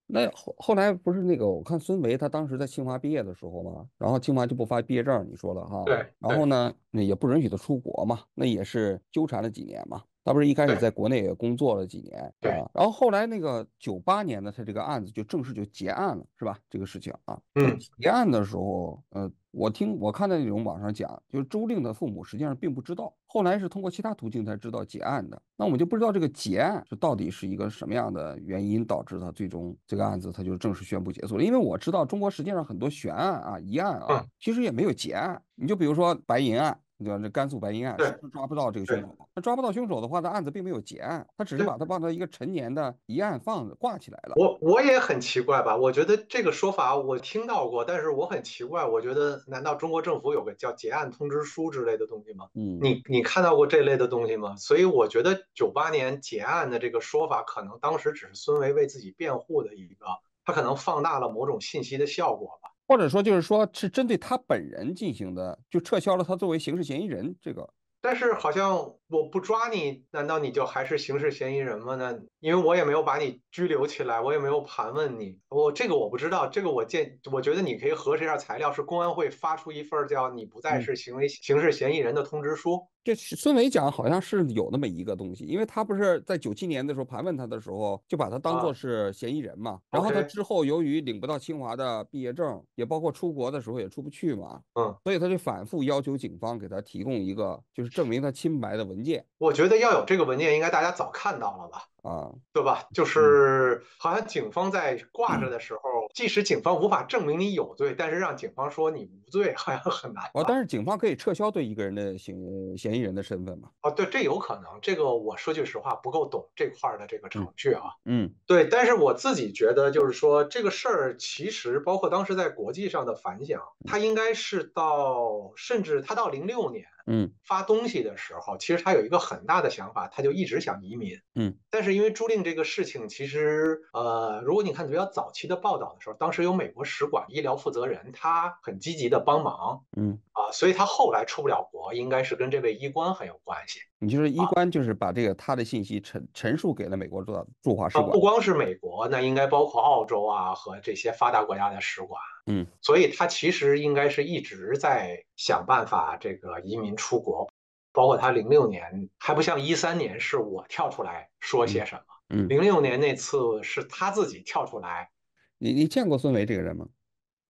那后后来不是那个，我看孙维他当时在清华毕业的时候嘛，然后清华就不发毕业证儿，你说了哈，
对
然
对
后呢，那也不允许他出国嘛，那也是纠缠了几年嘛，他不是一开始
对
在国内也工作了几年，
对
啊，然后后来那个九八年呢，他这个案子就正式就结案了，是吧？这个事情啊，
嗯，
结案的时候，呃，我听我看到那种网上讲，就是周令的父母实际上并不知道，后来是通过其他途径才知道结案的。那我们就不知道这个结案是到底是一个什么样的原因导致他最终这个案子他就正式宣布结束了。因为我知道中国实际上很多悬案啊、疑案啊
嗯，
其实也没有结案。你就比如说白银案。对吧？这甘肃白银案
对
是抓不到这个凶
对
手，那抓不到凶手的话，那案子并没有结案，他只是
对
把他放到一个陈年的疑案放挂起来了。
我我也很奇怪吧，我觉得这个说法我听到过，但是我很奇怪，我觉得难道中国政府有个叫结案通知书之类的东西吗？
嗯，
你你看到过这类的东西吗？所以我觉得九八年结案的这个说法，可能当时只是孙维为自己辩护的一个，他可能放大了某种信息的效果吧。
或者说就是说是针对他本人进行的，就撤销了他作为刑事嫌疑人这个。
但是好像我不抓你，难道你就还是刑事嫌疑人吗？那因为我也没有把你拘留起来，我也没有盘问你，我这个我不知道，这个我建，我觉得你可以核实一下材料，是公安会发出一份儿叫“你不再
嗯
是行为刑事嫌疑人”的通知书。
这是孙伟讲好像是有那么一个东西，因为他不是在九七年的时候盘问他的时候，就把他当做
啊
是嫌疑人嘛。然后他
OK
之后由于领不到清华的毕业证，也包括出国的时候也出不去嘛，
嗯，
所以他就反复要求警方给他提供一个就是证明他清白的文件
我觉得要有这个文件，应该大家早看到了吧。
啊。
对吧？就是好像警方在挂着的时候，即使警方无法证明你有罪，但是让警方说你无罪，好像很难
哦，
吧。
但是警方可以撤销对一个人的刑嫌疑人的身份嘛？
哦，对，这有可能。这个我说句实话，不够懂这块儿的这个程序啊。
嗯
对，但是我自己觉得，就是说这个事儿，其实包括当时在国际上的反响，它应该是到，甚至它到零六年。
嗯
发东西的时候，其实他有一个很大的想法，他就一直想移民。
嗯，
但是因为租赁这个事情，其实呃，如果你看比较早期的报道的时候，当时有美国使馆医疗负责人，他很积极的帮忙
嗯，
啊，所以他后来出不了国，应该是跟这位医官很有关系
你就是医官，就是把这个他的信息陈陈述给了美国驻驻华使
啊，
馆
不。光是美国，那应该包括澳洲啊和这些发达国家的使馆。
嗯，
所以他其实应该是一直在想办法这个移民出国，包括他零六年还不像一三年是我跳出来说些什么，
嗯，
零六年那次是他自己跳出来，
你你见过孙维这个人吗？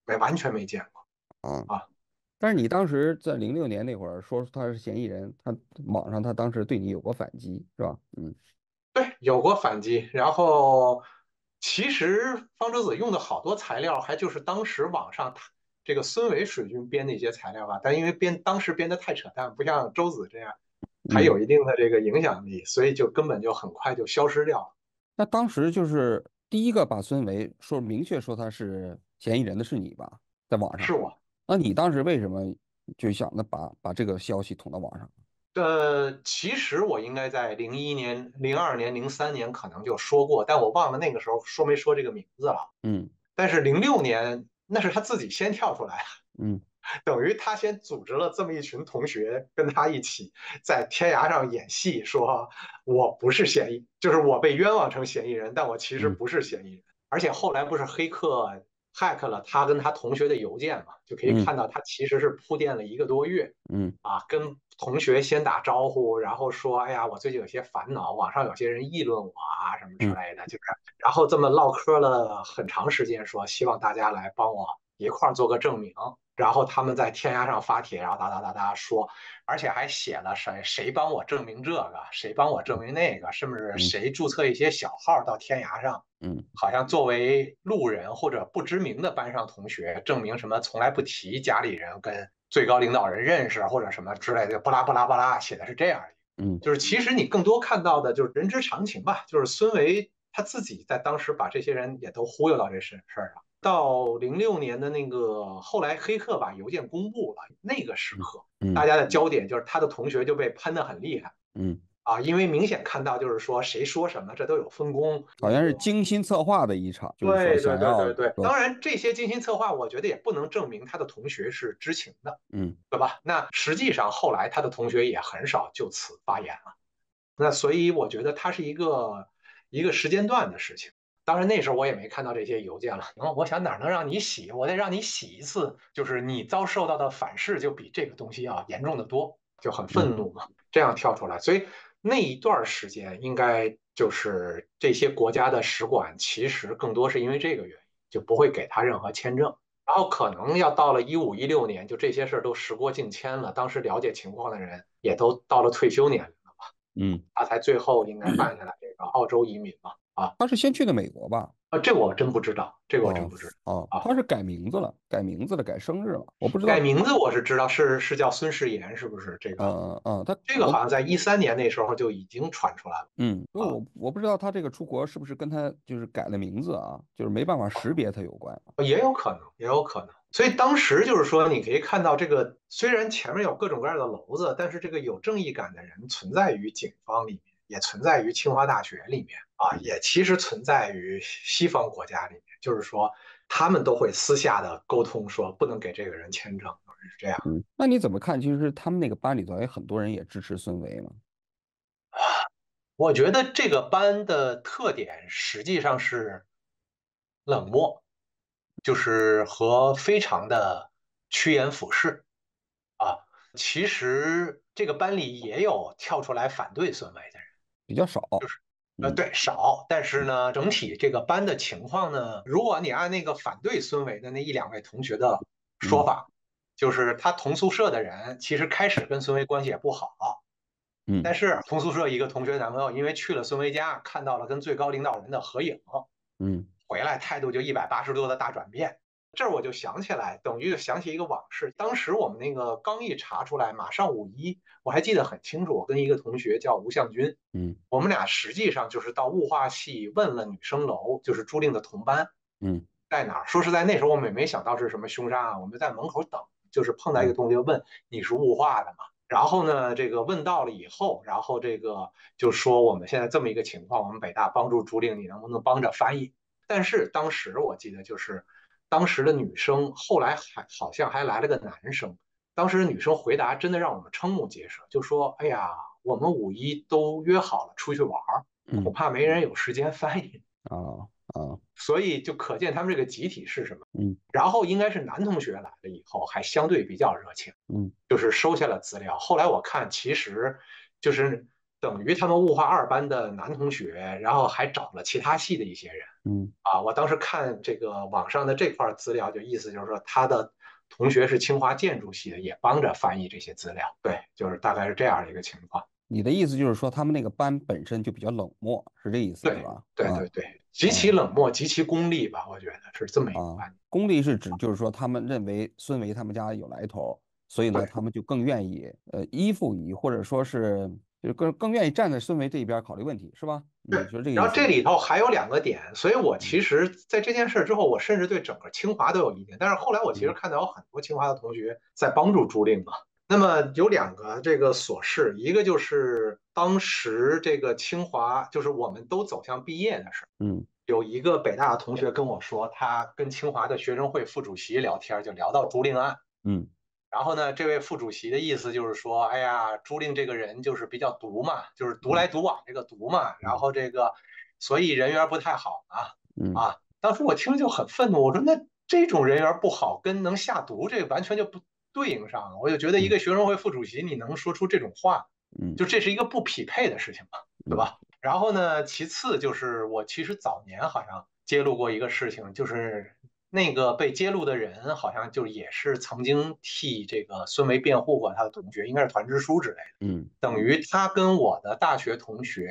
没完全没见过。
啊
啊！
但是你当时在零六年那会儿说他是嫌疑人，他网上他当时对你有过反击，是吧？嗯
对，有过反击，然后其实方舟子用的好多材料还就是当时网上他这个孙维水军编的一些材料吧，但因为编当时编的太扯淡，不像周子这样
嗯
还有一定的这个影响力，所以就根本就很快就消失掉了。
那当时就是第一个把孙维说明确说他是嫌疑人的是你吧？在网上
是我，
那你当时为什么就想着把把这个消息捅到网上？
呃，其实我应该在零一年、零二年、零三年可能就说过，但我忘了那个时候说没说这个名字了。
嗯
但是零六年，那是他自己先跳出来，
嗯
等于他先组织了这么一群同学跟他一起在天涯上演戏，说我不是嫌疑，就是我被冤枉成嫌疑人，但我其实
嗯
不是嫌疑人。而且后来不是黑客 hack 了他跟他同学的邮件嘛，就可以
嗯
看到他其实是铺垫了一个多月。
嗯
啊，跟同学先打招呼，然后说，哎呀，我最近有些烦恼，网上有些人议论我啊，什么之类的，就是，然后这么唠嗑了很长时间，说希望大家来帮我一块儿做个证明。然后他们在天涯上发帖，然后哒哒哒哒说，而且还写了谁谁帮我证明这个，谁帮我证明那个，甚至
嗯
谁注册一些小号到天涯上，
嗯
好像作为路人或者不知名的班上同学，证明什么从来不提家里人跟最高领导人认识或者什么之类的，巴拉巴拉巴拉写的是这样一
嗯
个，就是其实你更多看到的就是人之常情吧，就是孙维他自己在当时把这些人也都忽悠到这事事儿上。到零六年的那个后来黑客把邮件公布了，那个时刻
嗯
大家的焦点就是他的同学就被喷得很厉害
嗯，
啊，因为明显看到就是说谁说什么这都有分工，
好像是精心策划的一场，就是说
对对
想
对
要
对对，
说
当然这些精心策划，我觉得也不能证明他的同学是知情的，
嗯
对吧？那实际上后来他的同学也很少就此发言了，那所以我觉得它是一个一个时间段的事情。当然那时候我也没看到这些邮件了，然后我想哪能让你洗，我得让你洗一次，就是你遭受到的反噬就比这个东西要严重的多，就很愤怒嘛，这样跳出来，所以那一段时间，应该就是这些国家的使馆其实更多是因为这个原因，就不会给他任何签证。然后可能要到了一五一六年，就这些事儿都时过境迁了，当时了解情况的人也都到了退休年龄了吧，
嗯，
他才最后应该办下来这个澳洲移民嘛。啊
他是先去的美国吧？
啊，这我真不知道，这个我真不知道。
哦，
啊
他是改名字了，改名字了，改生日了，我不知道。
改名字我是知道，是是叫孙世炎，是不是这个？
哦嗯嗯嗯，他
这个
我
好像在一三年那时候就已经传出来了。
嗯，因为
啊
我我不知道他这个出国是不是跟他就是改了名字啊，就是没办法识别他有关。啊
也有可能，也有可能。所以当时就是说，你可以看到这个，虽然前面有各种各样的篓子，但是这个有正义感的人存在于警方里面，也存在于清华大学里面啊，也其实存在于西方国家里面。就是说，他们都会私下的沟通，说不能给这个人签证，是这样。
嗯，那你怎么看？其实他们那个班里头也很多人也支持孙维嘛。
我觉得这个班的特点实际上是冷漠，就是和非常的趋炎附势啊。其实这个班里也有跳出来反对孙维的人，
比较少，
呃，
嗯
对，少，但是呢，整体这个班的情况呢，如果你按那个反对孙维的那一两位同学的说
嗯
法，就是他同宿舍的人其实开始跟孙维关系也不好。
嗯，
但是同宿舍一个同学男朋友，因为去了孙维家，看到了跟最高领导人的合影，
嗯
回来态度就一百八十度的大转变。这儿我就想起来，等于就想起一个往事。当时我们那个刚一查出来，马上五一，我还记得很清楚。我跟一个同学叫吴向军，
嗯
我们俩实际上就是到物化系问了女生楼，就是朱令的同班
嗯
在哪儿。说实在，那时候我们也没想到是什么凶杀案，我们就在门口等，就是碰到一个同学问你是物化的吗？然后呢，这个问到了以后，然后这个就说我们现在这么一个情况，我们北大帮助朱令，你能不能帮着翻译？但是当时我记得就是，当时的女生后来还好像还来了个男生，当时的女生回答真的让我们瞠目结舌，就说：“哎呀，我们五一都约好了出去玩儿，
嗯
恐怕没人有时间翻译。”
啊啊，
所以就可见他们这个集体是什么。
嗯，
然后应该是男同学来了以后还相对比较热情，
嗯，
就是收下了资料。后来我看其实就是等于他们物化二班的男同学，然后还找了其他系的一些人
嗯
啊。我当时看这个网上的这块资料，就意思就是说他的。同学是清华建筑系的，也帮着翻译这些资料。对，就是大概是这样的一个情况。
你的意思就是说他们那个班本身就比较冷漠，是这意思是吧？啊
对对对，极其冷漠，极其功利吧，我觉得是这么一个
啊
观
啊，功利是指就是说他们认为孙维他们家有来头，所以呢
对
他们就更愿意呃依附于或者说是就是更更愿意站在孙维这一边考虑问题是吧？你
对
觉得这个意
然后
思
这
吗
里头还有两个点，所以我其实，在这件事之后，我甚至对整个清华都有意见。但是后来我其实看到有很多清华的同学在帮助朱令嘛。那么有两个这个琐事，一个就是当时这个清华，就是我们都走向毕业的时候，
嗯
有一个北大的同学跟我说，他跟清华的学生会副主席聊天，就聊到朱令案。
嗯
然后呢，这位副主席的意思就是说，哎呀，朱令这个人就是比较毒嘛，就是独来独往这个毒嘛，然后这个，所以人缘不太好嘛。
嗯
啊当时我听就很愤怒，我说那这种人缘不好跟能下毒这个完全就不对应上了，我就觉得一个学生会副主席你能说出这种话，
嗯
就这是一个不匹配的事情嘛，对吧？然后呢，其次就是我其实早年好像揭露过一个事情，就是那个被揭露的人好像就也是曾经替这个孙维辩护过他的同学，应该是团支书之类的。
嗯
等于他跟我的大学同学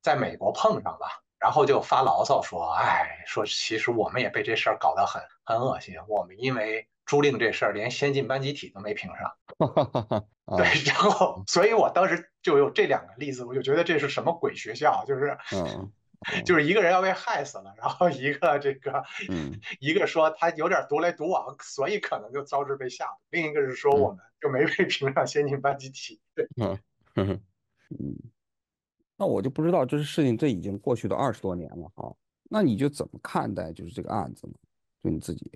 在美国碰上了，然后就发牢骚说：“哎，说其实我们也被这事儿搞得很很恶心，我们因为朱令这事儿连先进班集体都没评上。”
哈哈哈哈啊
对，然后，所以我当时就有这两个例子，我就觉得这是什么鬼学校？啊就是
嗯
就是一个人要被害死了，然后一个这个
嗯
一个说他有点独来独往，所以可能就招致被吓唬；另一个是说
嗯
我们就没被评上先进班集体。对，
呵呵，嗯，那我就不知道这事情，这已经过去的二十多年了哈，那你就怎么看待就是这个案子呢？就你自己，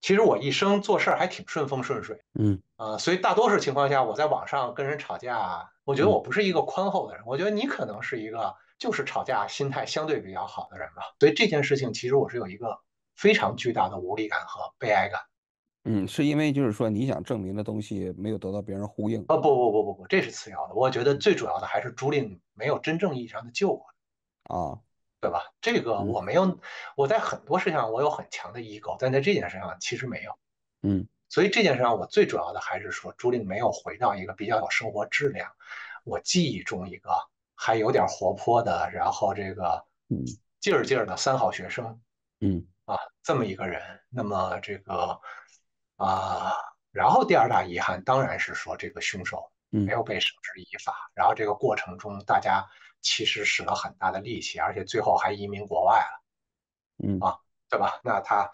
其实我一生做事儿还挺顺风顺水，
嗯
呃，所以大多数情况下我在网上跟人吵架，啊我觉得我不是一个宽厚的人，我觉得你可能是一个就是吵架心态相对比较好的人吧。所以这件事情其实我是有一个非常巨大的无力感和悲哀感。
嗯，是因为就是说你想证明的东西没有得到别人呼应。
啊，不不不不不，这是次要的。我觉得最主要的还是朱令没有真正意义上的救我，
啊，
对吧？这个我没有，我在很多事情上我有很强的 ego，但在这件事上其实没有。
嗯
所以这件事上，我最主要的还是说，朱令没有回到一个比较有生活质量，我记忆中一个还有点活泼的，然后这个
嗯
劲儿劲儿的三好学生
嗯
啊，这么一个人。那么这个啊，然后第二大遗憾当然是说这个凶手
嗯
没有被绳之以法，然后这个过程中大家其实使了很大的力气，而且最后还移民国外了。
嗯
啊对吧？那他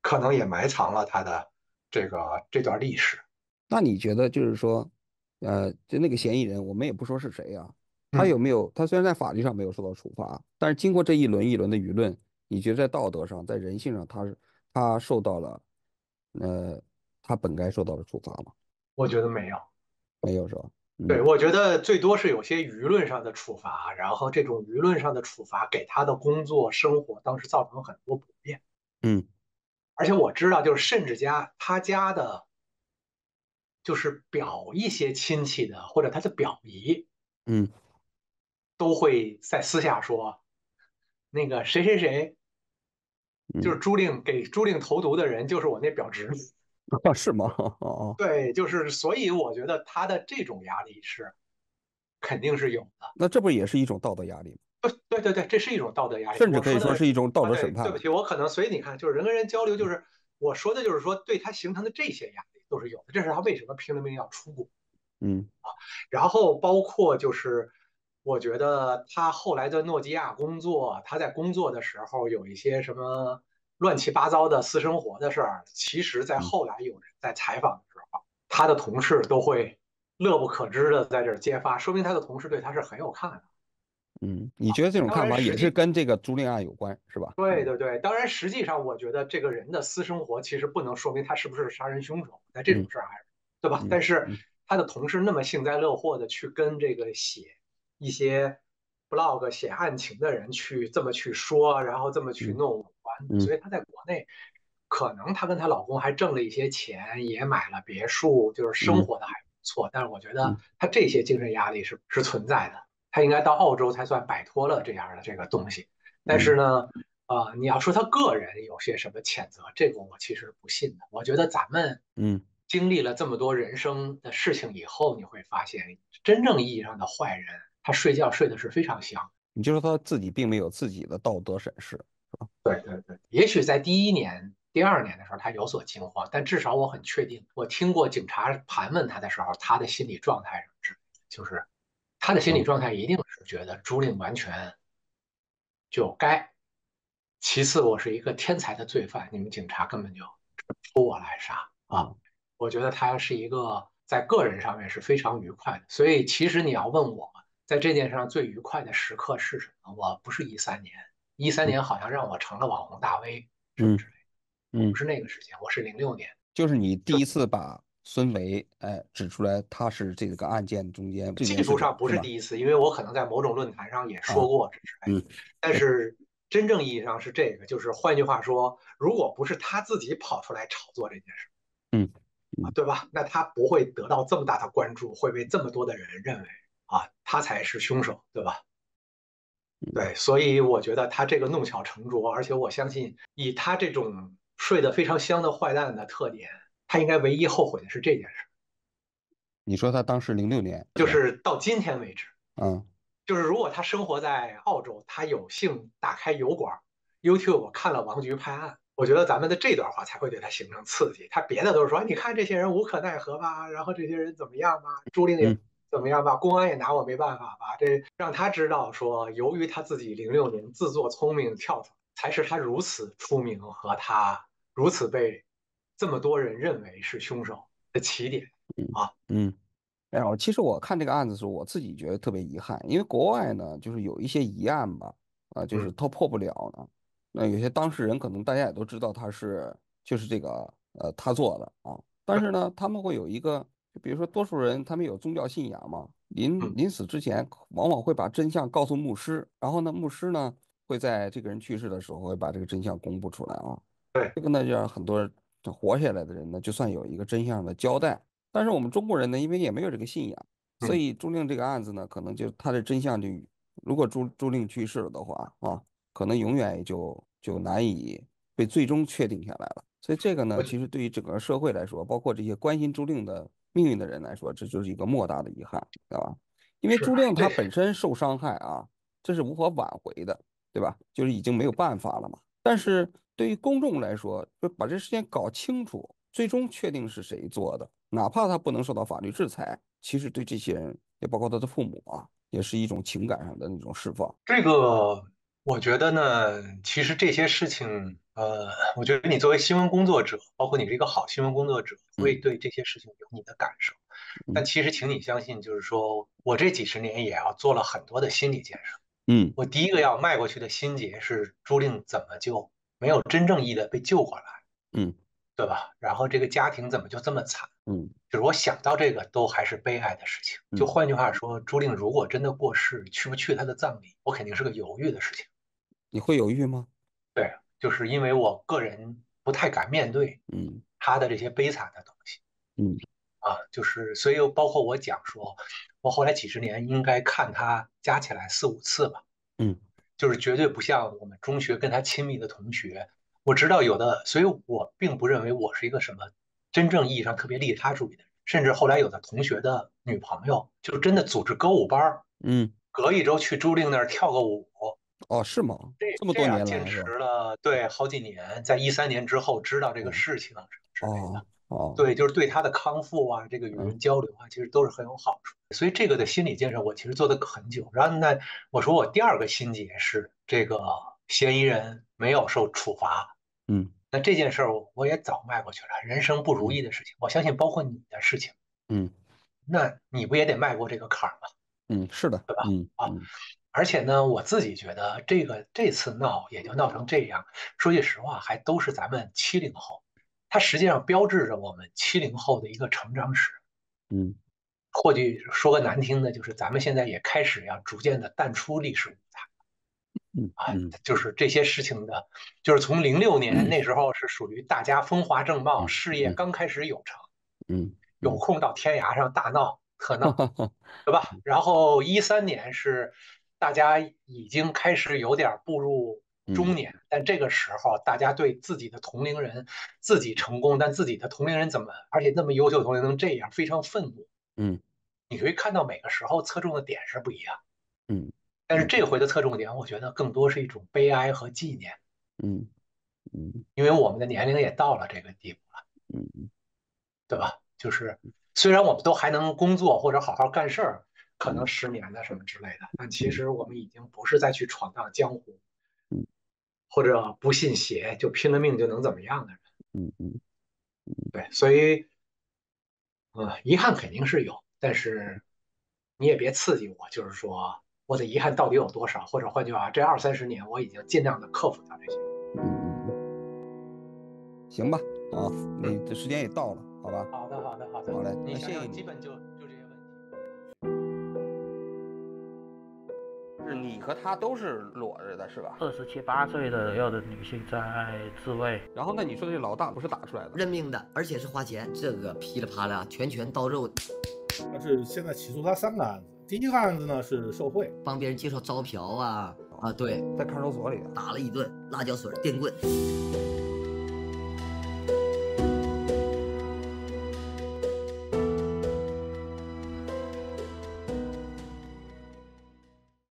可能也埋藏了他的这个这段历史。
那你觉得就是说，呃，就那个嫌疑人，我们也不说是谁啊，他
嗯
有没有？他虽然在法律上没有受到处罚，但是经过这一轮一轮的舆论，你觉得在道德上，在人性上，他是他受到了，呃，他本该受到的处罚吗？
我觉得没有，
没有是吧？
对
嗯
我觉得最多是有些舆论上的处罚，然后这种舆论上的处罚给他的工作生活当时造成很多不便。
嗯
而且我知道，就是甚至家他家的，就是表一些亲戚的或者他的表姨
嗯
都会在私下说，那个谁谁谁，
嗯
就是朱令给朱令投毒的人就是我那表侄。
啊，是吗？ 哦哦，
对，就是所以我觉得他的这种压力是肯定是有的。
那这不也是一种道德压力吗？
对对对，这是一种道德压力。
甚至
哎我
可以
说
说
的
是一种道
啊
德
对
审判嗯
对不起，我可能所以你看，就是人跟人交流，就是我说的就是说对他形成的这些压力都是有的，这是他为什么拼了命要出国。
嗯
然后包括就是，我觉得他后来的诺基亚工作，他在工作的时候有一些什么乱七八糟的私生活的事儿，其实在
嗯
后来有人在采访的时候，他的同事都会乐不可支的在这儿揭发，说明他的同事对他是很有看法。啊
嗯，你觉得这种
当
看
然
法
实
也
际
是跟这个租赁案有关是吧？嗯
对对对，当然实际上我觉得这个人的私生活其实不能说明他是不是杀人凶手，在这种
嗯
事儿还是对吧
嗯？
但是
嗯
他的同事那么幸灾乐祸的去跟这个写一些 blog 写案情的人去这么去说，然后这么去
嗯
弄完，
嗯
所以她在国内可能她跟她老公还挣了一些钱，也买了别墅，就是生
嗯
活的还不错，但是我觉得
嗯
她这些精神压力是是存在的，她应该到澳洲才算摆脱了这样的这个东西。但
嗯
是呢，啊、你要说他个人有些什么谴责，这个我其实不信的。我觉得咱们
嗯
经历了这么多人生的事情以后，你会发现，真正意义上的坏人，他睡觉睡得是非常香。
你就说他自己并没有自己的道德审视。
对对对，也许在第一年、第二年的时候，他有所惊慌，但至少我很确定，我听过警察盘问他的时候，他的心理状态是，就是他的心理状态一定是觉得朱令完全就该。其次，我是一个天才的罪犯，你们警察根本就出我来杀啊！我觉得他是一个在个人上面是非常愉快的，所以其实你要问我在这件事上最愉快的时刻是什么，我不是一三年，一三年好像让我成了网红大 V 什么之类的，
嗯
不，是那个时间，我是零六年。
就是你第一次把孙维哎指出来，他是这个案件中间这件
技
事
术
情
上不
是
是
吧？
第一次，因为我可能在某种论坛上也
啊
说过这是，
嗯，
但是真正意义上是这个，就是换句话说，如果不是他自己跑出来炒作这件事，
嗯
啊，对吧？那他不会得到这么大的关注，会被这么多的人认为啊，他才是凶手，对吧？
嗯
对，所以我觉得他这个弄巧成拙，而且我相信以他这种睡得非常香的坏蛋的特点，他应该唯一后悔的是这件事，
你说他当时零六年
就是
吧
是到今天为止。
嗯
就是如果他生活在澳洲，他有幸打开油管，YouTube 我看了王菊拍案，我觉得咱们的这段话才会对他形成刺激。他别的都是说，哎你看这些人无可奈何吧，然后这些人怎么样吧，朱令也
嗯
怎么样吧，公安也拿我没办法吧。这让他知道说，由于他自己零六年自作聪明跳出来，才是他如此出名和他如此被这么多人认为是凶手的起点。
嗯。然后其实我看这个案子的时候，我自己觉得特别遗憾，因为国外呢，就是有一些疑案吧，啊，就是
嗯
他破不了呢。那有些当事人可能大家也都知道他是就是这个呃他做的啊，但是呢，他们会有一个，就比如说多数人他们有宗教信仰嘛，临
嗯
临死之前往往会把真相告诉牧师，然后呢，牧师呢会在这个人去世的时候会把这个真相公布出来啊。
对
这个呢就让很多这活下来的人呢，就算有一个真相的交代。但是我们中国人呢，因为也没有这个信仰，所以朱令这个案子呢，可能就他的真相就，如果朱朱令去世了的话啊，可能永远也就就难以被最终确定下来了。所以这个呢，
我
其实对于整个社会来说，包括这些关心朱令的命运的人来说，这就是一个莫大的遗憾，对吧？因为
是啊
朱令他
对
本身受伤害啊，这是无法挽回的，对吧？就是已经没有办法了嘛。但是对于公众来说，就把这事情搞清楚，最终确定是谁做的，哪怕他不能受到法律制裁，其实对这些人，也包括他的父母啊，也是一种情感上的那种释放。
这个我觉得呢，其实这些事情，呃，我觉得你作为新闻工作者，包括你是一个好新闻工作者，会对这些事情有你的感受。但其实，请你相信，就是说我这几十年也要做了很多的心理建设。
嗯
我第一个要迈过去的心结是朱令怎么就没有真正意义的被救过来，
嗯
对吧？然后这个家庭怎么就这么惨？
嗯
就是我想到这个都还是悲哀的事情。就
嗯
换句话说，朱令如果真的过世，去不去他的葬礼，我肯定是个犹豫的事情。
你会犹豫吗？
就是因为我个人不太敢面对
嗯
他的这些悲惨的东西。
嗯，
啊，就是所以包括我讲说，我后来几十年应该看他加起来四五次吧。
嗯，
就是绝对不像我们中学跟他亲密的同学。我知道有的，所以我并不认为我是一个什么真正意义上特别利他主义的人。甚至后来有的同学的女朋友就真的组织歌舞班儿，
嗯，
隔一周去朱令那儿跳个舞，
哦，是吗？
这
这么多
样
年
坚
来是吧？
持了对好几年，在一三年之后知道这个
嗯
事情啊之类的，
哦哦，
对，就是对他的康复啊，这个与人交流啊，其实都是很有好处。所以这个的心理建设，我其实做的很久。然后呢，我说我第二个心结是这个嫌疑人没有受处罚。
嗯
那这件事儿我我也早迈过去了，人生不如意的事情，我相信包括你的事情，
嗯
那你不也得迈过这个坎儿吗？
嗯，是的，嗯
啊
嗯
而且呢，我自己觉得这个这次闹也就闹成这样，说句实话，还都是咱们七零后，它实际上标志着我们七零后的一个成长史。
嗯
或许说个难听的，就是咱们现在也开始要逐渐的淡出历史舞台
嗯
啊
嗯，
就是这些事情的，就是从零六年
嗯
那时候是属于大家风华正茂，
嗯
事业
嗯
刚开始有成，
嗯，
有空到天涯上大闹特
哈
闹，
哈哈，
对吧？然后一三年是大家已经开始有点步入
嗯
中年，但这个时候大家对自己的同龄人自己成功，但自己的同龄人怎么，而且那么优秀的同龄人能这样，非常愤怒。
嗯，
你会看到每个时候侧重的点是不一样。
嗯，
但是这回的侧重点，我觉得更多是一种悲哀和纪念，
嗯嗯
因为我们的年龄也到了这个地步了，
嗯
对吧？就是虽然我们都还能工作或者好好干事儿，可能
嗯
十年的什么之类的，但其实我们已经不是再去闯荡江湖
嗯，
或者不信邪就拼了命就能怎么样的人。
嗯嗯
对，所以，呃，遗憾肯定是有，但是你也别刺激我，就是说我的遗憾到底有多少，或者换句话，这二三十年我已经尽量的克服掉这些。
嗯嗯，行吧，啊，你这时间也到了，好吧？
好的，好的，好的。
好嘞
你
那
想
谢
想
谢
基
你
本就就这些问题。
是你和他都是裸着的，是吧？
二十七八岁的要的女性在自慰，
然后那你说这老大不是打出来的？
认命的，而且是花钱，这个噼里啪啦，拳拳到肉，
但是现在起诉他三个案子，第一个案子呢是受贿，
帮别人介绍招嫖啊啊，对，
在看守所里的。
打了一顿辣椒水、电棍，